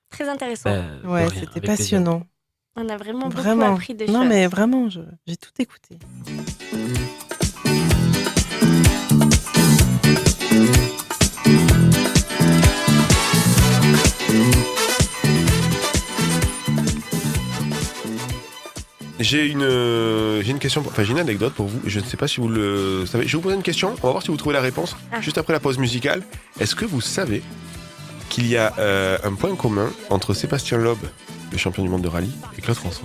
Speaker 3: Très intéressant.
Speaker 6: ben, de
Speaker 2: Ouais,
Speaker 6: rien,
Speaker 2: c'était
Speaker 6: avec
Speaker 2: passionnant.
Speaker 3: On a vraiment, beaucoup
Speaker 2: Vraiment.
Speaker 3: appris de
Speaker 2: Non,
Speaker 3: choses.
Speaker 2: mais vraiment, je- j'ai tout écouté.
Speaker 1: J'ai une, euh, j'ai une question, pour- enfin j'ai une anecdote pour vous. Je ne sais pas si vous le savez. Je vais vous poser une question. On va voir si vous trouvez la réponse
Speaker 3: Ah.
Speaker 1: juste après la pause musicale. Est-ce que vous savez qu'il y a euh, un point commun entre Sébastien Loeb, le champion du monde de rallye, et Claude François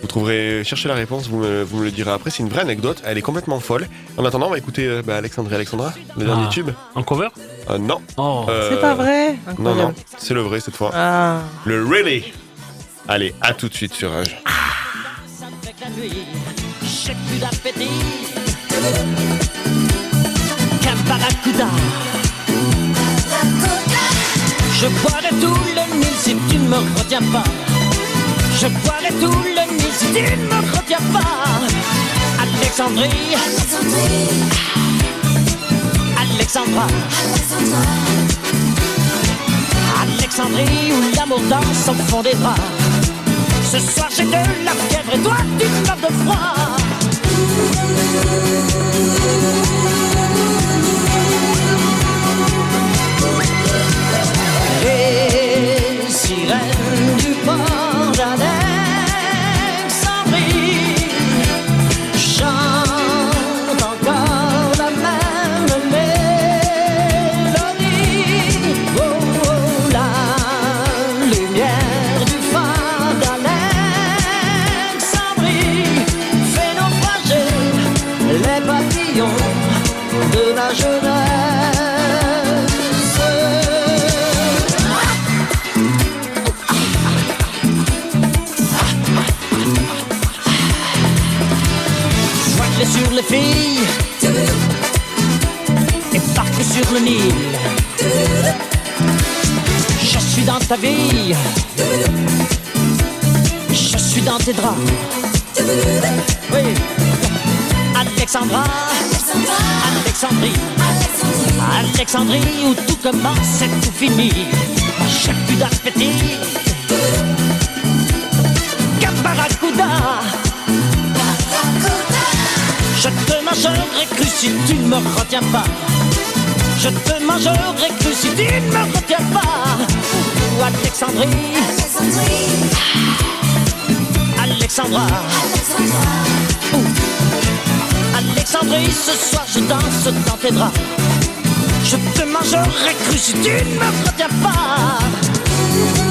Speaker 1: Vous trouverez, cherchez la réponse. Vous me, vous me le direz après. C'est une vraie anecdote. Elle est complètement folle. En attendant, on va écouter euh, bah, Alexandre et Alexandra, le dernier
Speaker 6: Ah.
Speaker 1: tube.
Speaker 6: En cover
Speaker 1: Euh, non,
Speaker 6: Oh,
Speaker 1: Euh,
Speaker 2: C'est pas vrai
Speaker 1: Non, non,
Speaker 2: Incroyable.
Speaker 1: c'est le vrai cette fois.
Speaker 2: Ah.
Speaker 1: Le Really. Allez, à tout de suite sur Rage.
Speaker 10: avec la nuit, j'ai plus d'appétit qu'un barracuda. Je boirai tout le Nil si tu ne me retiens pas. Je boirai tout le Nil si tu ne me retiens pas. Alexandrie, Alexandra, Alexandrie où l'amour danse au fond des bras. Ce soir j'ai de la fièvre et toi tu meurs de froid. Les sirènes du port d'Alexandrie chantent encore la même mélodie. Oh, oh, la lumière du phare d'Alexandrie fait naufrager les papillons de la jeunesse. Soigne sur les filles et parc sur le Nil. Je suis dans ta vie, je suis dans tes draps. Oui, Alexandra, Alexandrie, Alexandrie où tout commence et tout finit. J'ai plus d'appétit. qu'un barracuda. Je te mangerai cru si tu ne me retiens pas. Je te mangerai cru si tu ne me retiens pas. Ou Alexandrie. Alexandra. Ou Alexandrie, ce soir je danse dans tes bras. Je te mangerai cru si tu ne me retiens pas.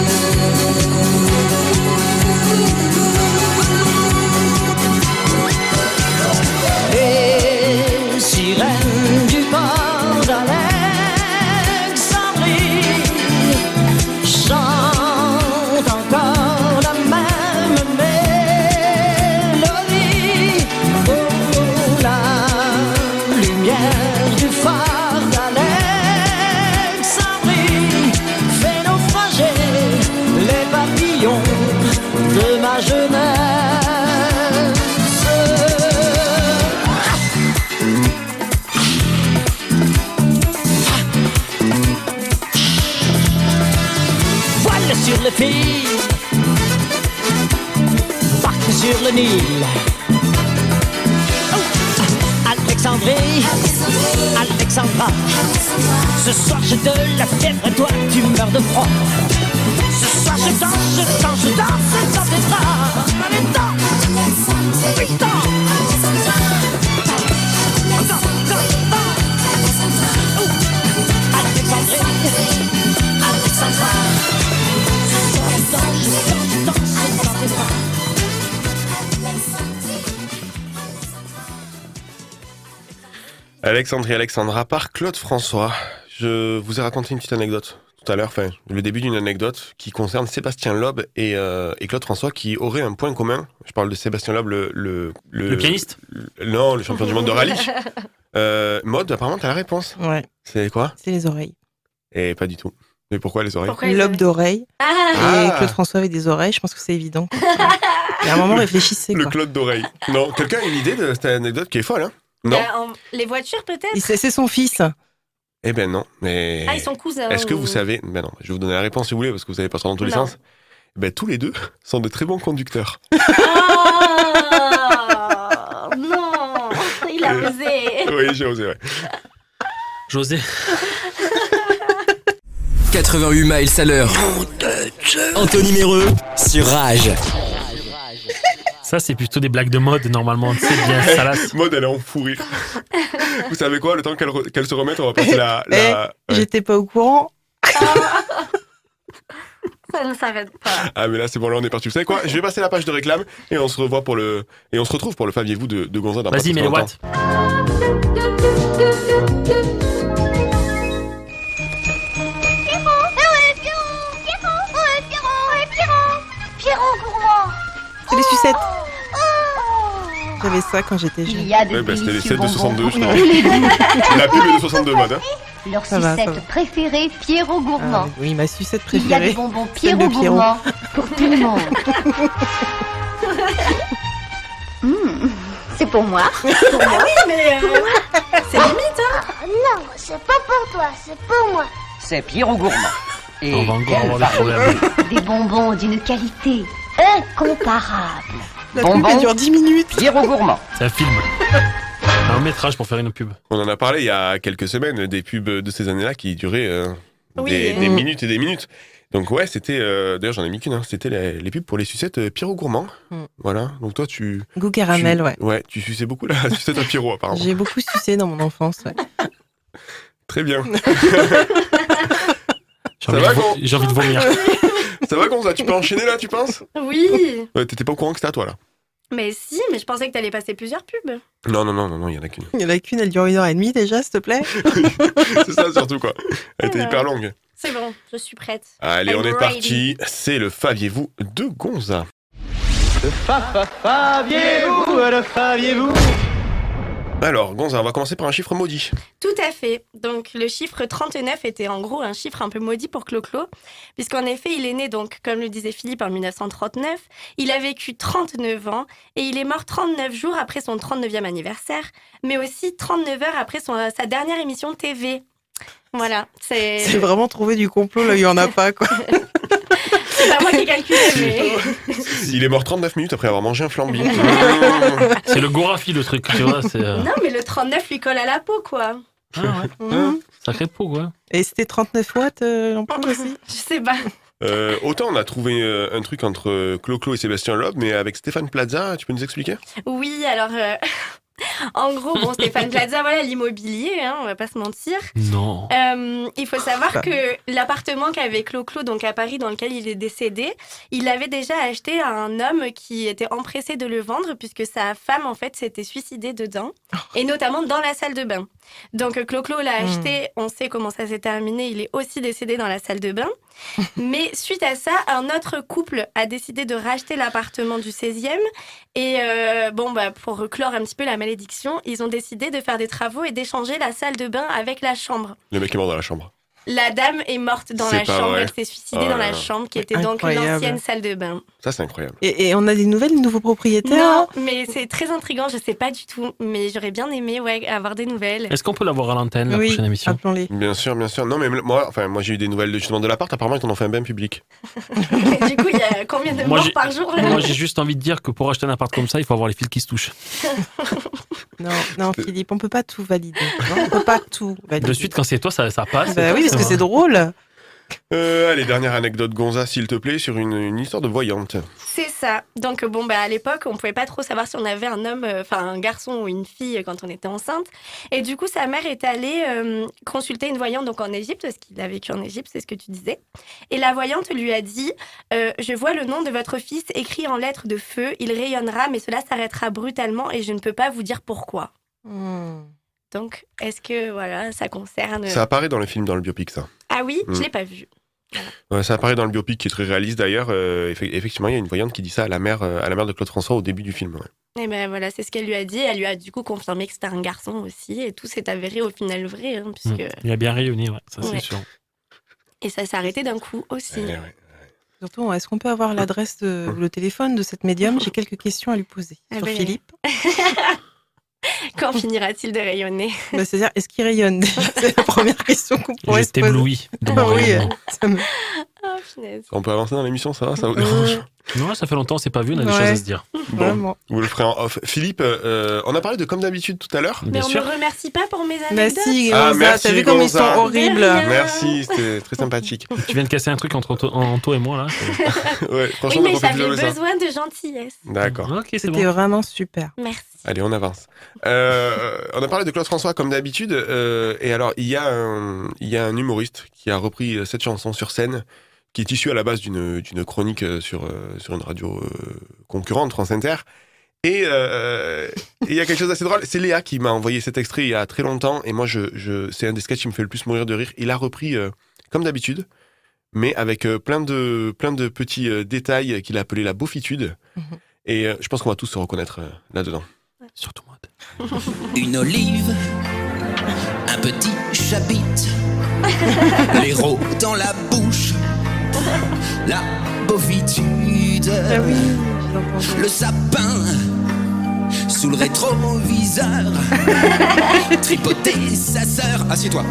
Speaker 10: Les sirènes du port d'Alexandrie chantent encore la même mélodie. Oh, oh, la lumière du phare d'Alexandrie fait naufrager les papillons de ma jeunesse. voile sur le fil, barque sur le Nil. Oh, ah, Alexandrie, Alexandra, ce soir j'ai de la fièvre et toi tu meurs de froid. Ce soir je danse, je danse, je danse dans tes bras. En même temps,
Speaker 1: Alexandrie Alexandra par Claude François. Je vous ai raconté une petite anecdote tout à l'heure, enfin, le début d'une anecdote qui concerne Sébastien Loeb et, euh, et Claude François qui auraient un point commun. Je parle de Sébastien Loeb, le. Le,
Speaker 6: Le pianiste
Speaker 1: le- Non, le champion du monde de rallye. Euh, Maud, apparemment, t'as la réponse.
Speaker 2: Ouais.
Speaker 1: C'est quoi
Speaker 2: C'est les oreilles.
Speaker 1: Et pas du tout. Mais pourquoi les oreilles
Speaker 3: les
Speaker 2: Lobe d'oreille.
Speaker 1: Ah.
Speaker 2: Et Claude François avait des oreilles, je pense que c'est évident. quoi. Il y a un moment, réfléchissez.
Speaker 1: Le
Speaker 2: quoi.
Speaker 1: Claude d'oreille. Non, quelqu'un a une idée de cette anecdote qui est folle, hein Non
Speaker 3: Bah, en- Les voitures peut-être
Speaker 2: Il- C'est c'est son fils.
Speaker 1: Eh ben non, mais.
Speaker 3: Ah, ils sont cousins.
Speaker 1: Est-ce que vous savez Ben non, je vais vous donner la réponse si vous voulez, parce que vous savez pas ça dans tous les
Speaker 3: Non.
Speaker 1: sens. Ben, tous les deux sont de très bons conducteurs.
Speaker 3: Oh, non, il a
Speaker 2: Euh.
Speaker 3: osé.
Speaker 1: Euh, oui, j'ai osé, ouais.
Speaker 6: José.
Speaker 5: 88 miles à l'heure. Anthony Méreux sur Rage.
Speaker 6: Ça, c'est plutôt des blagues de mode, normalement. C'est Eh bien salace.
Speaker 1: Maud, elle est en fou rire. Vous savez quoi Le temps qu'elle re- qu'elle se remette, on va passer la. la-
Speaker 2: Eh,
Speaker 1: ouais.
Speaker 2: J'étais pas au courant.
Speaker 3: Ça ne s'arrête pas.
Speaker 1: Ah, mais là, c'est bon, là, on est parti. Vous savez quoi Je vais passer la page de réclame et on se revoit pour le. Et on se retrouve pour le Faviez-vous de, de Gonza dans pas très
Speaker 6: Vas-y, mets les
Speaker 1: longtemps.
Speaker 6: watts.
Speaker 2: C'est les sucettes. J'avais ça quand j'étais jeune.
Speaker 15: Oh. Il y a des
Speaker 1: Ouais, bah, c'était les
Speaker 15: délicieux
Speaker 1: sets de 62, je
Speaker 15: bonbons Ah,
Speaker 1: crois.
Speaker 15: gourmands.
Speaker 1: La pub est de 62 mode. Hein.
Speaker 15: Leur
Speaker 2: Ça va, ça
Speaker 15: sucette préférée, Pierrot
Speaker 2: Ah,
Speaker 15: Gourmand.
Speaker 2: oui, ma sucette
Speaker 15: Il y a
Speaker 2: préférée.
Speaker 15: des bonbons
Speaker 2: celle de
Speaker 15: Pierrot Gourmand pour tout le monde. Hmm, c'est pour moi. Pour moi.
Speaker 3: Ah Oui, mais euh, c'est limite, hein
Speaker 16: Ah, Non, c'est pas pour toi, c'est pour moi.
Speaker 12: C'est Pierrot Gourmand. Et
Speaker 6: On va encore
Speaker 12: quel
Speaker 6: avoir des problèmes.
Speaker 15: Des bonbons d'une qualité incomparable.
Speaker 2: La pub, elle dure 10 minutes.
Speaker 12: Pierrot Gourmand.
Speaker 6: C'est un film. Un métrage pour faire une pub.
Speaker 1: On en a parlé il y a quelques semaines des pubs de ces années-là qui duraient euh,
Speaker 3: Oui.
Speaker 1: des, des
Speaker 3: Mm.
Speaker 1: minutes et des minutes. Donc ouais, c'était euh, d'ailleurs j'en ai mis qu'une, hein, c'était les, les pubs pour les sucettes euh, Pierrot Gourmand.
Speaker 2: Mm.
Speaker 1: Voilà. Donc toi tu
Speaker 2: Goût caramel,
Speaker 1: tu-
Speaker 2: ouais.
Speaker 1: Ouais, tu suçais beaucoup la sucette à Pierrot apparemment.
Speaker 2: J'ai beaucoup sucé dans mon enfance. ouais.
Speaker 1: Très bien.
Speaker 6: J'ai
Speaker 1: Ça
Speaker 6: envie,
Speaker 1: va,
Speaker 6: de vo-
Speaker 1: gros
Speaker 6: j'ai envie de vomir.
Speaker 1: Ça va Gonza, tu peux enchaîner là, tu penses
Speaker 3: Oui,
Speaker 1: Ouais, T'étais pas au courant que c'était à toi là.
Speaker 3: mais si, mais je pensais que t'allais passer plusieurs pubs.
Speaker 1: Non non non non non, il y en a qu'une.
Speaker 2: Il y en a qu'une, elle dure une heure et demie déjà, s'il te plaît.
Speaker 1: C'est ça surtout quoi. Elle était
Speaker 3: Alors.
Speaker 1: hyper longue.
Speaker 3: C'est bon, je suis prête.
Speaker 1: Allez, on
Speaker 3: Ah. I'm
Speaker 1: est
Speaker 3: ready.
Speaker 1: parti. C'est le Faviez-vous de Gonza.
Speaker 14: Faviez-vous, euh, le faviez-vous
Speaker 1: Alors Gonza, on va commencer par un chiffre maudit.
Speaker 3: Tout à fait. Donc le chiffre 39 était en gros un chiffre un peu maudit pour Clo-Clo, puisqu'en effet il est né donc, comme le disait Philippe, en 1939, il a vécu 39 ans et il est mort 39 jours après son 39e anniversaire, mais aussi 39 heures après son- sa dernière émission TV. Voilà, c'est
Speaker 2: C'est vraiment trouver du complot là, il y en a pas quoi.
Speaker 3: c'est pas moi qui ai calculé, mais
Speaker 1: Il est mort 39 minutes après avoir mangé un flambi.
Speaker 6: C'est le Gorafi, le truc, tu vois. C'est euh,
Speaker 3: non, mais le 39 lui colle à la peau, quoi. Mmh.
Speaker 6: ah ouais,
Speaker 2: Mhm.
Speaker 6: sacré pot, quoi.
Speaker 2: Et c'était 39 watts euh, l'ampoule aussi.
Speaker 3: Je sais pas.
Speaker 1: Euh, autant on a trouvé euh, un truc entre euh, Clo-Clo et Sébastien Loeb, mais avec Stéphane Plaza, tu peux nous expliquer
Speaker 3: Oui, alors. euh, En gros, bon, Stéphane Plaza, voilà l'immobilier, hein, on va pas se mentir.
Speaker 6: Non.
Speaker 3: Euh, il faut savoir
Speaker 2: Bah.
Speaker 3: que l'appartement qu'avait Clo-Clo, donc à Paris, dans lequel il est décédé, il l'avait déjà acheté à un homme qui était empressé de le vendre puisque sa femme, en fait, s'était suicidée dedans et notamment dans la salle de bain. Donc euh, Clo-Clo l'a
Speaker 2: Hmm.
Speaker 3: acheté, on sait comment ça s'est terminé, il est aussi décédé dans la salle de bain. Mais suite à ça, un autre couple a décidé de racheter l'appartement du 16e et euh, bon, bah, pour clore un petit peu la malédiction, ils ont décidé de faire des travaux et d'échanger la salle de bain avec la chambre.
Speaker 1: Le mec est mort dans la chambre.
Speaker 3: La dame est morte dans
Speaker 1: C'est
Speaker 3: la
Speaker 1: pas
Speaker 3: chambre,
Speaker 1: vrai.
Speaker 3: elle s'est suicidée
Speaker 1: Oh là
Speaker 3: dans la
Speaker 1: là.
Speaker 3: chambre qui était donc
Speaker 2: Incroyable.
Speaker 3: l'ancienne salle de bain.
Speaker 1: Ça, c'est incroyable.
Speaker 2: Et, et on a des nouvelles, des nouveaux propriétaires.
Speaker 3: Non, mais c'est très intriguant, je sais pas du tout, mais j'aurais bien aimé ouais, avoir des nouvelles.
Speaker 6: Est-ce qu'on peut l'avoir à l'antenne, la
Speaker 2: oui,
Speaker 6: prochaine émission
Speaker 2: appelons-les.
Speaker 1: Bien sûr, bien sûr. Non, mais moi, enfin, moi j'ai eu des nouvelles de- justement de l'appart. Apparemment, ils t'en ont fait un bain public.
Speaker 3: du coup, il y a combien de
Speaker 6: Moi,
Speaker 3: morts
Speaker 6: j'ai-
Speaker 3: par jour là
Speaker 6: Moi, j'ai juste envie de dire que pour acheter un appart comme ça, il faut avoir les fils qui se touchent.
Speaker 2: Non, non, Philippe, on peut pas tout valider. hein. On peut pas tout valider.
Speaker 6: De suite, quand c'est toi, ça, ça passe.
Speaker 2: Bah oui, parce que c'est drôle.
Speaker 1: Euh, allez, dernière anecdote, Gonza, s'il te plaît, sur une, une histoire de voyante.
Speaker 3: C'est ça. Donc bon, bah à l'époque, on pouvait pas trop savoir si on avait un homme, euh, enfin un garçon ou une fille euh, quand on était enceinte. Et du coup, sa mère est allée euh, consulter une voyante donc en Égypte, parce qu'il a vécu en Égypte, c'est ce que tu disais. Et la voyante lui a dit euh, Je vois le nom de votre fils écrit en lettres de feu. Il rayonnera, mais cela s'arrêtera brutalement et je ne peux pas vous dire pourquoi.
Speaker 2: Hmm.
Speaker 3: Donc, est-ce que voilà, ça concerne
Speaker 1: Ça apparaît dans le film, dans le biopic, ça.
Speaker 3: Ah oui, je
Speaker 1: Mm.
Speaker 3: l'ai pas vu.
Speaker 1: Ouais, ça apparaît dans le biopic qui est très réaliste d'ailleurs. Euh, effe- effectivement, il y a une voyante qui dit ça à la mère, euh, à la mère de Claude François au début du film. ouais.
Speaker 3: Et ben voilà, c'est ce qu'elle lui a dit. Elle lui a du coup confirmé que c'était un garçon aussi, et tout s'est avéré au final vrai, hein, puisque
Speaker 1: Mm.
Speaker 6: Il a bien réuni, ouais, ça
Speaker 3: Ouais.
Speaker 6: c'est sûr.
Speaker 3: et ça s'est arrêté d'un coup aussi.
Speaker 1: Eh
Speaker 2: Surtout, est-ce qu'on peut avoir l'adresse de- ou le téléphone de cette médium J'ai quelques questions à lui poser
Speaker 3: Ah
Speaker 2: sur
Speaker 3: ben.
Speaker 2: Philippe.
Speaker 3: Quand finira-t-il de rayonner
Speaker 2: Bah, C'est-à-dire, est-ce qu'il rayonne Déjà, C'est la première question qu'on pourrait se
Speaker 6: J'étais
Speaker 2: poser.
Speaker 6: ébloui de
Speaker 2: Ah
Speaker 6: mon
Speaker 2: oui,
Speaker 6: rayonnement.
Speaker 2: euh, ça me-
Speaker 3: Oh, finesse.
Speaker 1: On peut avancer dans l'émission, ça va ça vous
Speaker 2: Euh,
Speaker 1: dérange
Speaker 6: Non, ça fait longtemps, on s'est pas vu, on a des
Speaker 2: Ouais.
Speaker 6: choses à se dire.
Speaker 1: Bon,
Speaker 2: Vraiment.
Speaker 1: vous le ferez en off. Philippe, euh, on a parlé de comme d'habitude tout à l'heure.
Speaker 3: Mais
Speaker 6: Bien
Speaker 3: on
Speaker 6: sûr.
Speaker 3: me remercie pas pour mes
Speaker 2: Bah
Speaker 3: anecdotes.
Speaker 2: si, Gonza, t'as vu comme ils sont
Speaker 1: Gonza.
Speaker 2: horribles.
Speaker 3: Derrière.
Speaker 1: Ah, Merci, c'était très sympathique.
Speaker 6: Tu viens de casser un truc entre Anto- Anto et moi là.
Speaker 1: Ouais,
Speaker 3: Oui,
Speaker 1: franchement,
Speaker 3: mais
Speaker 1: on n'a pas pu
Speaker 3: j'avais
Speaker 1: jouer ça.
Speaker 3: besoin de gentillesse.
Speaker 1: D'accord.
Speaker 6: Ok, c'est
Speaker 2: C'était
Speaker 6: bon.
Speaker 2: vraiment super.
Speaker 3: Merci.
Speaker 1: Allez, on avance. Euh, on a parlé de Claude François comme d'habitude. euh, et alors, il y, a un, il y a un humoriste qui a repris euh, cette chanson sur scène, qui est issue à la base d'une d'une chronique euh, sur, euh, sur une radio euh, concurrente, France Inter. Et euh, et il y a quelque chose d'assez drôle. C'est Léa qui m'a envoyé cet extrait il y a très longtemps. Et moi, je, je, c'est un des sketchs qui me fait le plus mourir de rire. Il a repris euh, comme d'habitude, mais avec euh, plein, de, plein de petits euh, détails qu'il a appelé la beaufitude. Et euh, je pense qu'on va tous se reconnaître euh, là-dedans.
Speaker 6: Surtout moi.
Speaker 10: Une olive, un petit chabit, l'héros dans la bouche, la bovitude,
Speaker 2: Ah oui, je l'entends.
Speaker 10: le sapin sous le rétroviseur, tripoter sa sœur, assieds-toi,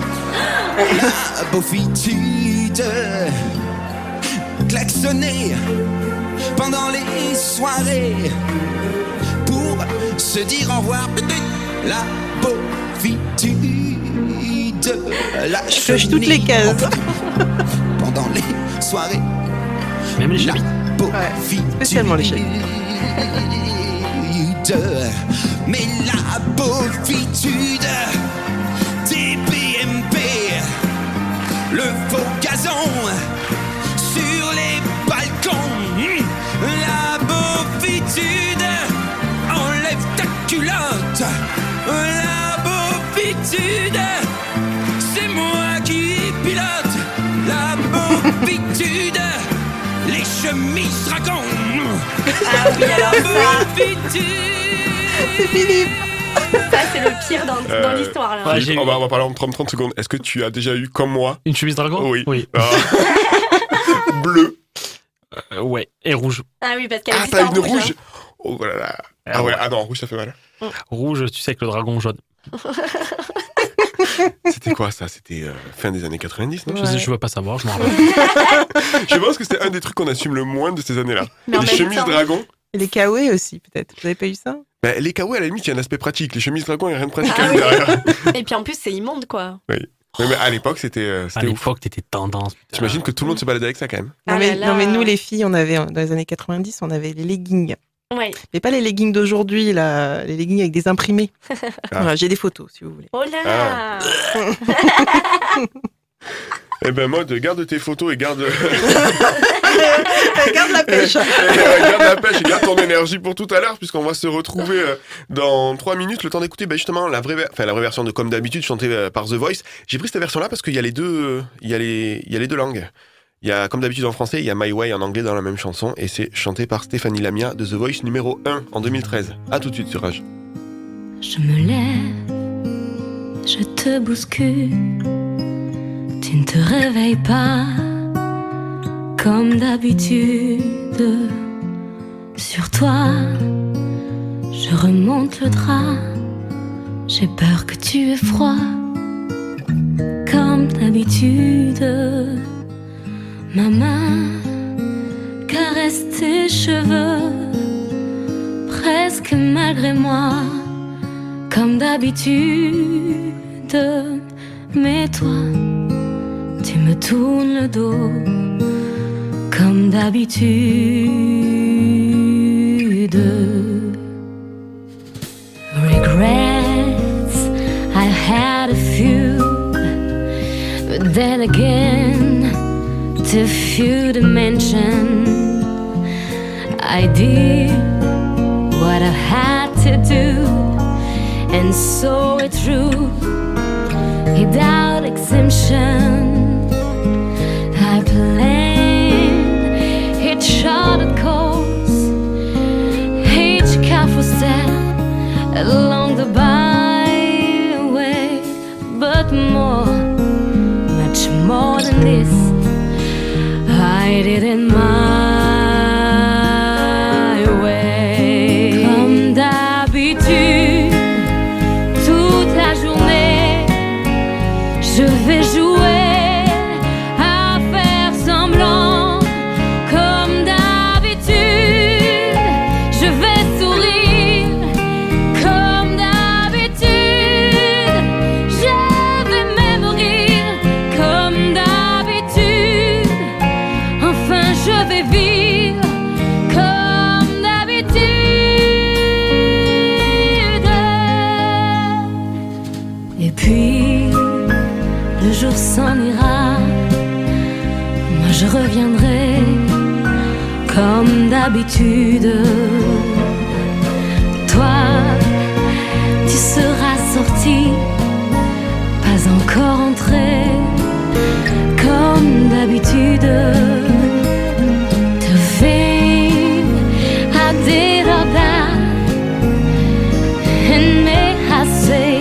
Speaker 10: la bovitude, klaxonner pendant les soirées pour se dire au revoir. La bovitude, la
Speaker 2: Je coche toutes les
Speaker 10: chenille
Speaker 2: cases.
Speaker 10: pendant les soirées.
Speaker 6: Même les
Speaker 10: La
Speaker 6: chapitres.
Speaker 10: bovitude,
Speaker 2: Spécialement les chèvres.
Speaker 10: mais la bovitude, TPMP, le faux gazon sur les balcons. Mmh. La bovitude, enlève ta culotte. La bovitude, c'est moi qui pilote. La bovitude, les chemises dragons.
Speaker 3: Ah oui, alors ça,
Speaker 2: C'est Philippe
Speaker 3: ça, c'est le pire dans, dans
Speaker 1: Euh,
Speaker 3: l'histoire. là.
Speaker 6: Ouais,
Speaker 1: Philippe,
Speaker 6: j'ai eu.
Speaker 1: on, va, on va parler en 30, 30 secondes. Est-ce que tu as déjà eu, comme moi,
Speaker 6: Une chemise dragon
Speaker 1: oui, Ah. bleu
Speaker 6: Euh, ouais, et rouge.
Speaker 3: Ah oui, parce qu'elle
Speaker 1: Ah,
Speaker 3: existe
Speaker 1: t'as
Speaker 3: en
Speaker 1: une
Speaker 3: rouge, hein.
Speaker 1: rouge Oh là là Ah ouais, ah non, rouge ça fait mal.
Speaker 6: Mm. Rouge, tu sais que le dragon jaune.
Speaker 1: C'était quoi ça C'était euh, fin des années 90, non
Speaker 6: Je, sais,
Speaker 2: Ouais.
Speaker 6: je veux pas savoir, je m'en rappelle.
Speaker 1: Je pense que c'était un des trucs qu'on assume le moins de ces années-là.
Speaker 3: Mais en
Speaker 1: les
Speaker 3: même
Speaker 1: chemises
Speaker 3: temps-
Speaker 1: dragons.
Speaker 2: Et les kawaii aussi, peut-être. Vous avez pas eu ça
Speaker 1: Bah, les kawaii, à la limite, il y a un aspect pratique. Les chemises dragons, il n'y a rien de pratique
Speaker 3: Ah
Speaker 1: à
Speaker 3: oui.
Speaker 1: derrière.
Speaker 3: Et puis en plus, c'est immonde quoi.
Speaker 1: Mais, mais à l'époque, c'était euh,
Speaker 6: À
Speaker 1: c'était ouf.
Speaker 6: l'époque, t'étais tendance. putain.
Speaker 1: J'imagine que tout le monde se baladait avec ça quand même.
Speaker 2: Non,
Speaker 3: Ah
Speaker 2: mais,
Speaker 3: là
Speaker 2: non, mais
Speaker 3: là.
Speaker 2: nous, les filles, on avait, dans les années 90, on avait les leggings.
Speaker 3: Ouais.
Speaker 2: Mais pas les leggings d'aujourd'hui, là, les leggings avec des imprimés.
Speaker 3: Ah.
Speaker 2: Voilà, J'ai des photos, si vous voulez.
Speaker 3: Oh
Speaker 1: Ah.
Speaker 3: là
Speaker 1: Eh ben, mode, garde tes photos et garde,
Speaker 2: Regarde la pêche
Speaker 1: garde la pêche et garde ton énergie pour tout à l'heure, puisqu'on va se retrouver euh, dans 3 minutes. Le temps d'écouter ben, justement la vraie, ver- enfin, la vraie version de Comme d'habitude, chantée euh, par The Voice. J'ai pris cette version-là parce qu'il y, a les deux, euh, il y, a les- il y a les deux langues. Il y a Comme d'habitude en français, il y a My Way en anglais dans la même chanson, et c'est chanté par Stéphanie Lamia de The Voice numéro 1 en 2013. A tout de suite sur Rage.
Speaker 17: Je me lève, je te bouscule, tu ne te réveilles pas comme d'habitude. Sur toi, je remonte le drap, j'ai peur que tu aies froid comme d'habitude. Ma main caresse tes cheveux, presque malgré moi comme d'habitude. Mais toi, tu me tournes le dos, comme d'habitude. Regrets, I had a few, but then again, too few to mention. I did what I had to do. And
Speaker 11: and so it through without exemption. I planned each short course, each careful step along the byway, but more, much more than this, I did in my way. Comme d'habitude, toute la journée, je vais jouer à faire semblant. Comme d'habitude, je vais sourire. Comme d'habitude, je vais même rire. Comme d'habitude, enfin je vais vivre. Comme d'habitude. Et puis, le jour s'en ira. Moi je reviendrai comme d'habitude. Toi, tu seras sorti, pas encore entré, comme d'habitude. Te fame, I did all that, and may I say,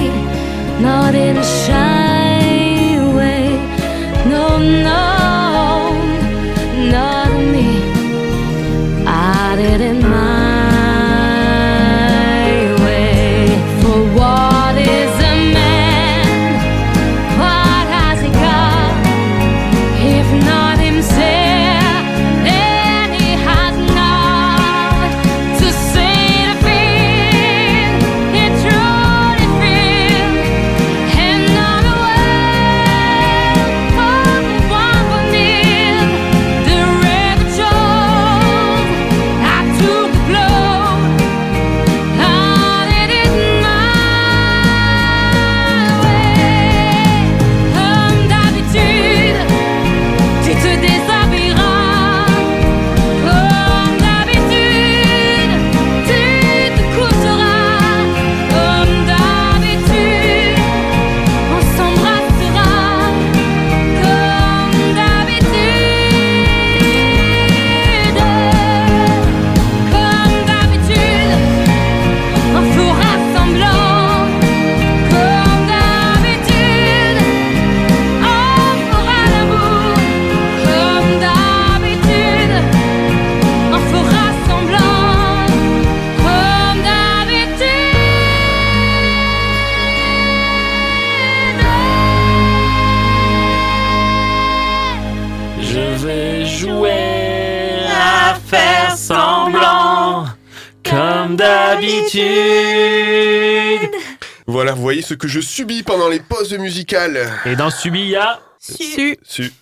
Speaker 11: not in a shy way, no, no, not me. I did it my way. For what is a man? What has he got? If not himself, then he has not to say to feel. He truly feels, and not a word from one beneath the red jaws. I took the blow. I did it my way. Comme d'habitude, tu te déshabilleras. Comme d'habitude, tu te coucheras. Comme d'habitude, on s'embrassera. Comme d'habitude. Comme d'habitude, on fera semblant. Comme d'habitude, on fera l'amour. Comme d'habitude, on fera semblant. Comme
Speaker 10: Je vais jouer à faire semblant, comme d'habitude.
Speaker 1: Voilà, vous voyez ce que je subis pendant les pauses musicales.
Speaker 10: Et dans Subi, il y a.
Speaker 1: Su. Su.
Speaker 10: Su.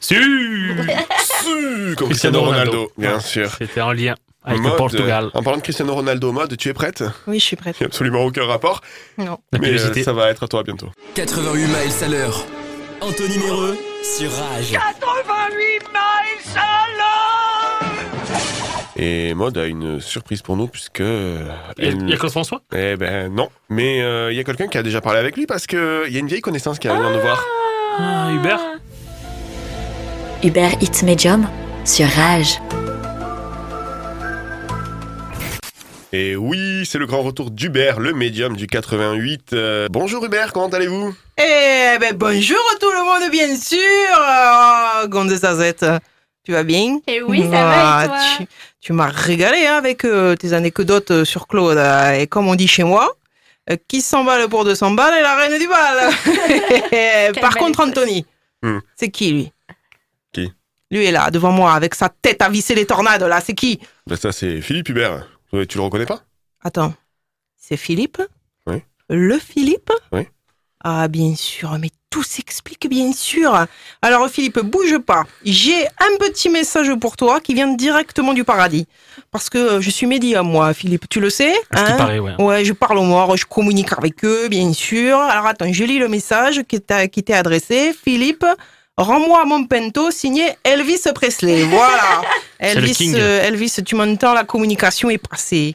Speaker 1: Su. Comme Cristiano Ronaldo, bien
Speaker 10: Ouais,
Speaker 1: sûr.
Speaker 10: C'était en lien avec
Speaker 1: Mode,
Speaker 10: le Portugal.
Speaker 1: euh, En parlant de Cristiano Ronaldo mode, tu es prête
Speaker 2: Oui, je suis prête.
Speaker 1: Il n'y a absolument aucun rapport.
Speaker 2: Non.
Speaker 5: La
Speaker 1: Mais euh,
Speaker 5: publicité.
Speaker 1: ça va être à toi bientôt.
Speaker 5: 88 miles à l'heure. Anthony Méreux sur Rage.
Speaker 18: 88 miles
Speaker 1: Et mode a une surprise pour nous puisque.
Speaker 10: Il y a- il y a Claude
Speaker 1: François
Speaker 10: François
Speaker 1: Eh ben non. Mais euh, il y a quelqu'un qui a déjà parlé avec lui parce que il y a une vieille connaissance qui est venue nous voir.
Speaker 10: Ah, Hubert
Speaker 17: Hubert Hit Medium sur Rage.
Speaker 1: Et oui, c'est le grand retour d'Hubert, le médium du 88. Euh, bonjour Hubert, comment allez-vous
Speaker 2: Eh ben bonjour à tout le monde, bien sûr. Ah, Gonzé Sazette, tu vas bien
Speaker 3: Eh oui, ça va, et toi
Speaker 2: tu, tu m'as régalé hein, avec euh, tes anecdotes euh, sur Claude. euh, Et comme on dit chez moi, euh, qui s'emballe pour 200 balles est la reine du bal. Par
Speaker 3: belle
Speaker 2: contre, Anthony,
Speaker 1: Hmm.
Speaker 2: c'est qui lui
Speaker 1: Qui
Speaker 2: Lui est là, devant moi, avec sa tête à visser les tornades, là, c'est qui
Speaker 1: Ben ça c'est Philippe Hubert. Ouais, Tu le reconnais pas
Speaker 2: Attends, c'est Philippe
Speaker 1: Oui.
Speaker 2: Le Philippe
Speaker 1: Oui.
Speaker 2: Ah, bien sûr, mais tout s'explique, bien sûr. Alors, Philippe, bouge pas. J'ai un petit message pour toi qui vient directement du paradis. Parce que euh, je suis médium, moi, Philippe, tu le sais hein
Speaker 10: À ce qui paraît, ouais.
Speaker 2: je parle aux morts, je communique avec eux, bien sûr. Alors, attends, je lis le message qui t'a- qui t'est adressé. Philippe, rends-moi mon pento signé Elvis Presley. Voilà.
Speaker 1: C'est le
Speaker 2: Elvis,
Speaker 1: king.
Speaker 2: euh, Elvis, tu m'entends, la communication est passée.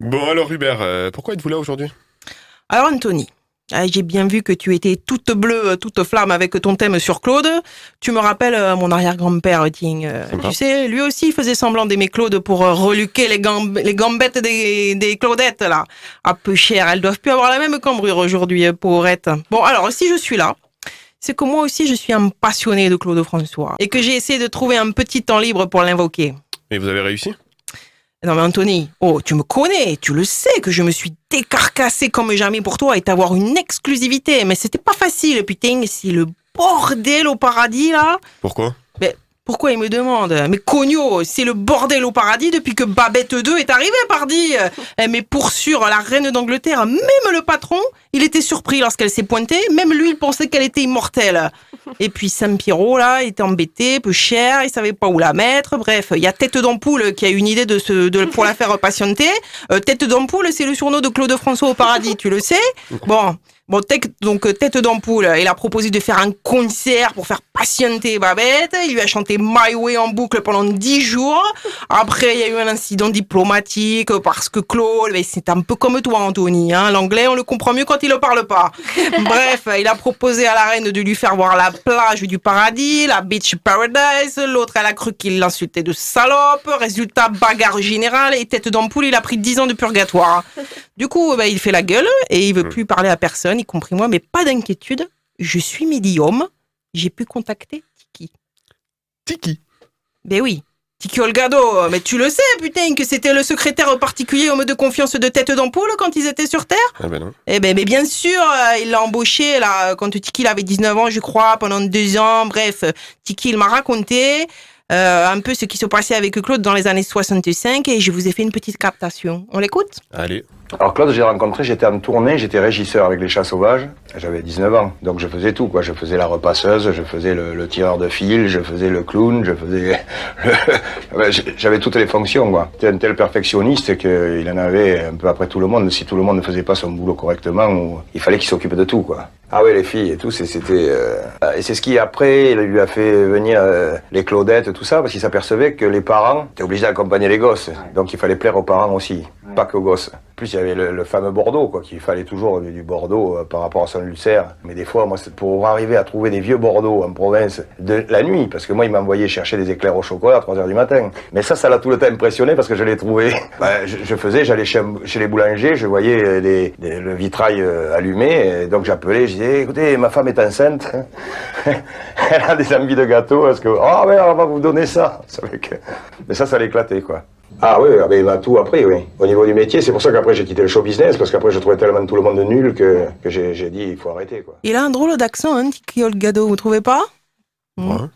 Speaker 1: Bon alors Hubert, euh, pourquoi êtes-vous là aujourd'hui
Speaker 2: Alors Anthony, ah, j'ai bien vu que tu étais toute bleue, euh, toute flamme avec ton thème sur Claude. Tu me rappelles euh, mon arrière-grand-père, Ting. Euh,
Speaker 1: Sympa.
Speaker 2: tu sais, lui aussi il faisait semblant d'aimer Claude pour euh, reluquer les, gamb- les gambettes des, des Claudettes, là. Ah, peu cher, elles doivent plus avoir la même cambrure aujourd'hui, euh, pauvrettes. Bon, alors, si je suis là, c'est que moi aussi, je suis un passionné de Claude François et que j'ai essayé de trouver un petit temps libre pour l'invoquer.
Speaker 1: Et vous avez réussi
Speaker 2: Non mais Anthony, oh, tu me connais, tu le sais que je me suis décarcassé comme jamais pour toi et t'avoir une exclusivité, mais c'était pas facile, putain, c'est le bordel au paradis là.
Speaker 1: Pourquoi
Speaker 2: Mais pourquoi il me demande Mais Cogno, c'est le bordel au paradis depuis que Babette 2 est arrivée, pardi Eh, Mais pour sûr, la reine d'Angleterre, même le patron, il était surpris lorsqu'elle s'est pointée, même lui, il pensait qu'elle était immortelle. Et puis Saint-Pierrot, là, était embêté, peu cher, il savait pas où la mettre, bref, il y a Tête d'Ampoule qui a une idée de ce, de, pour la faire patienter. Euh, tête d'Ampoule, c'est le surnom de Claude François au paradis, tu le sais Bon... Bon, tec- donc euh, tête d'ampoule, il a proposé de faire un concert pour faire patienter Babette. Il lui a chanté My Way en boucle pendant dix jours. Après, il y a eu un incident diplomatique euh, parce que Claude, mais c'est un peu comme toi, Anthony. Hein, L'anglais, on le comprend mieux quand il ne parle pas. Bref, euh, il a proposé à la reine de lui faire voir la plage du paradis, la beach paradise. L'autre, elle a cru qu'il l'insultait de salope. Résultat, bagarre générale et tête d'ampoule, il a pris dix ans de purgatoire. Du coup, bah, il fait la gueule et il veut plus parler à personne, y compris moi, mais pas d'inquiétude. Je suis médium. J'ai pu contacter Tiki.
Speaker 1: Tiki
Speaker 2: Ben oui. Tiki Olgado, mais tu le sais, putain, que c'était le secrétaire particulier homme de confiance de tête d'ampoule quand ils étaient sur Terre
Speaker 1: Ah ben non.
Speaker 2: eh ben, mais bien sûr, euh, il l'a embauché là quand Tiki il avait 19 ans, je crois, pendant deux ans. Bref, Tiki il m'a raconté euh, un peu ce qui se passait avec Claude dans les années 65 et je vous ai fait une petite captation. On l'écoute
Speaker 1: Allez.
Speaker 7: Alors Claude, j'ai rencontré, j'étais en tournée, j'étais régisseur avec les chats sauvages. J'avais 19 ans, donc je faisais tout, quoi. Je faisais la repasseuse, je faisais le, le tireur de fil, je faisais le clown, je faisais... le- Ouais, j'ai- J'avais toutes les fonctions, quoi. J'étais un tel perfectionniste qu'il en avait un peu après tout le monde. Si tout le monde ne faisait pas son boulot correctement, ou- il fallait qu'il s'occupe de tout, quoi. Ah oui, les filles et tout, c'est- c'était... euh, euh, Et c'est ce qui, après, il lui a fait venir euh, les Claudettes, tout ça, parce qu'il s'apercevait que les parents étaient obligés d'accompagner les gosses. Donc il fallait plaire aux parents aussi, pas qu'aux gosses. En plus, il y avait le, le fameux Bordeaux, quoi, qu'il fallait toujours du, du Bordeaux euh, par rapport à son ulcère. Mais des fois, moi, c'est pour arriver à trouver des vieux Bordeaux en province de la nuit, parce que moi, il m'envoyait chercher des éclairs au chocolat à 3h du matin. Mais ça, ça l'a tout le temps impressionné parce que je l'ai trouvé. Bah, je, je faisais, j'allais chez, chez les boulangers, je voyais euh, des- des- le vitrail euh, allumé, et donc j'appelais, je disais, écoutez, ma femme est enceinte, elle a des envies de gâteau, est-ce que... Ah ouais, on va vous donner ça. Ça fait que- Mais ça, ça l'éclatait, quoi. Ah oui, ah ben, il m'a tout appris, oui. Au niveau du métier, c'est pour ça qu'après j'ai quitté le show business, parce qu'après je trouvais tellement tout le monde nul que, que j'ai j'ai dit, il faut arrêter, quoi.
Speaker 2: Il a un drôle d'accent, hein, Tiki Olgado, vous trouvez pas Hmm.
Speaker 1: Ouais.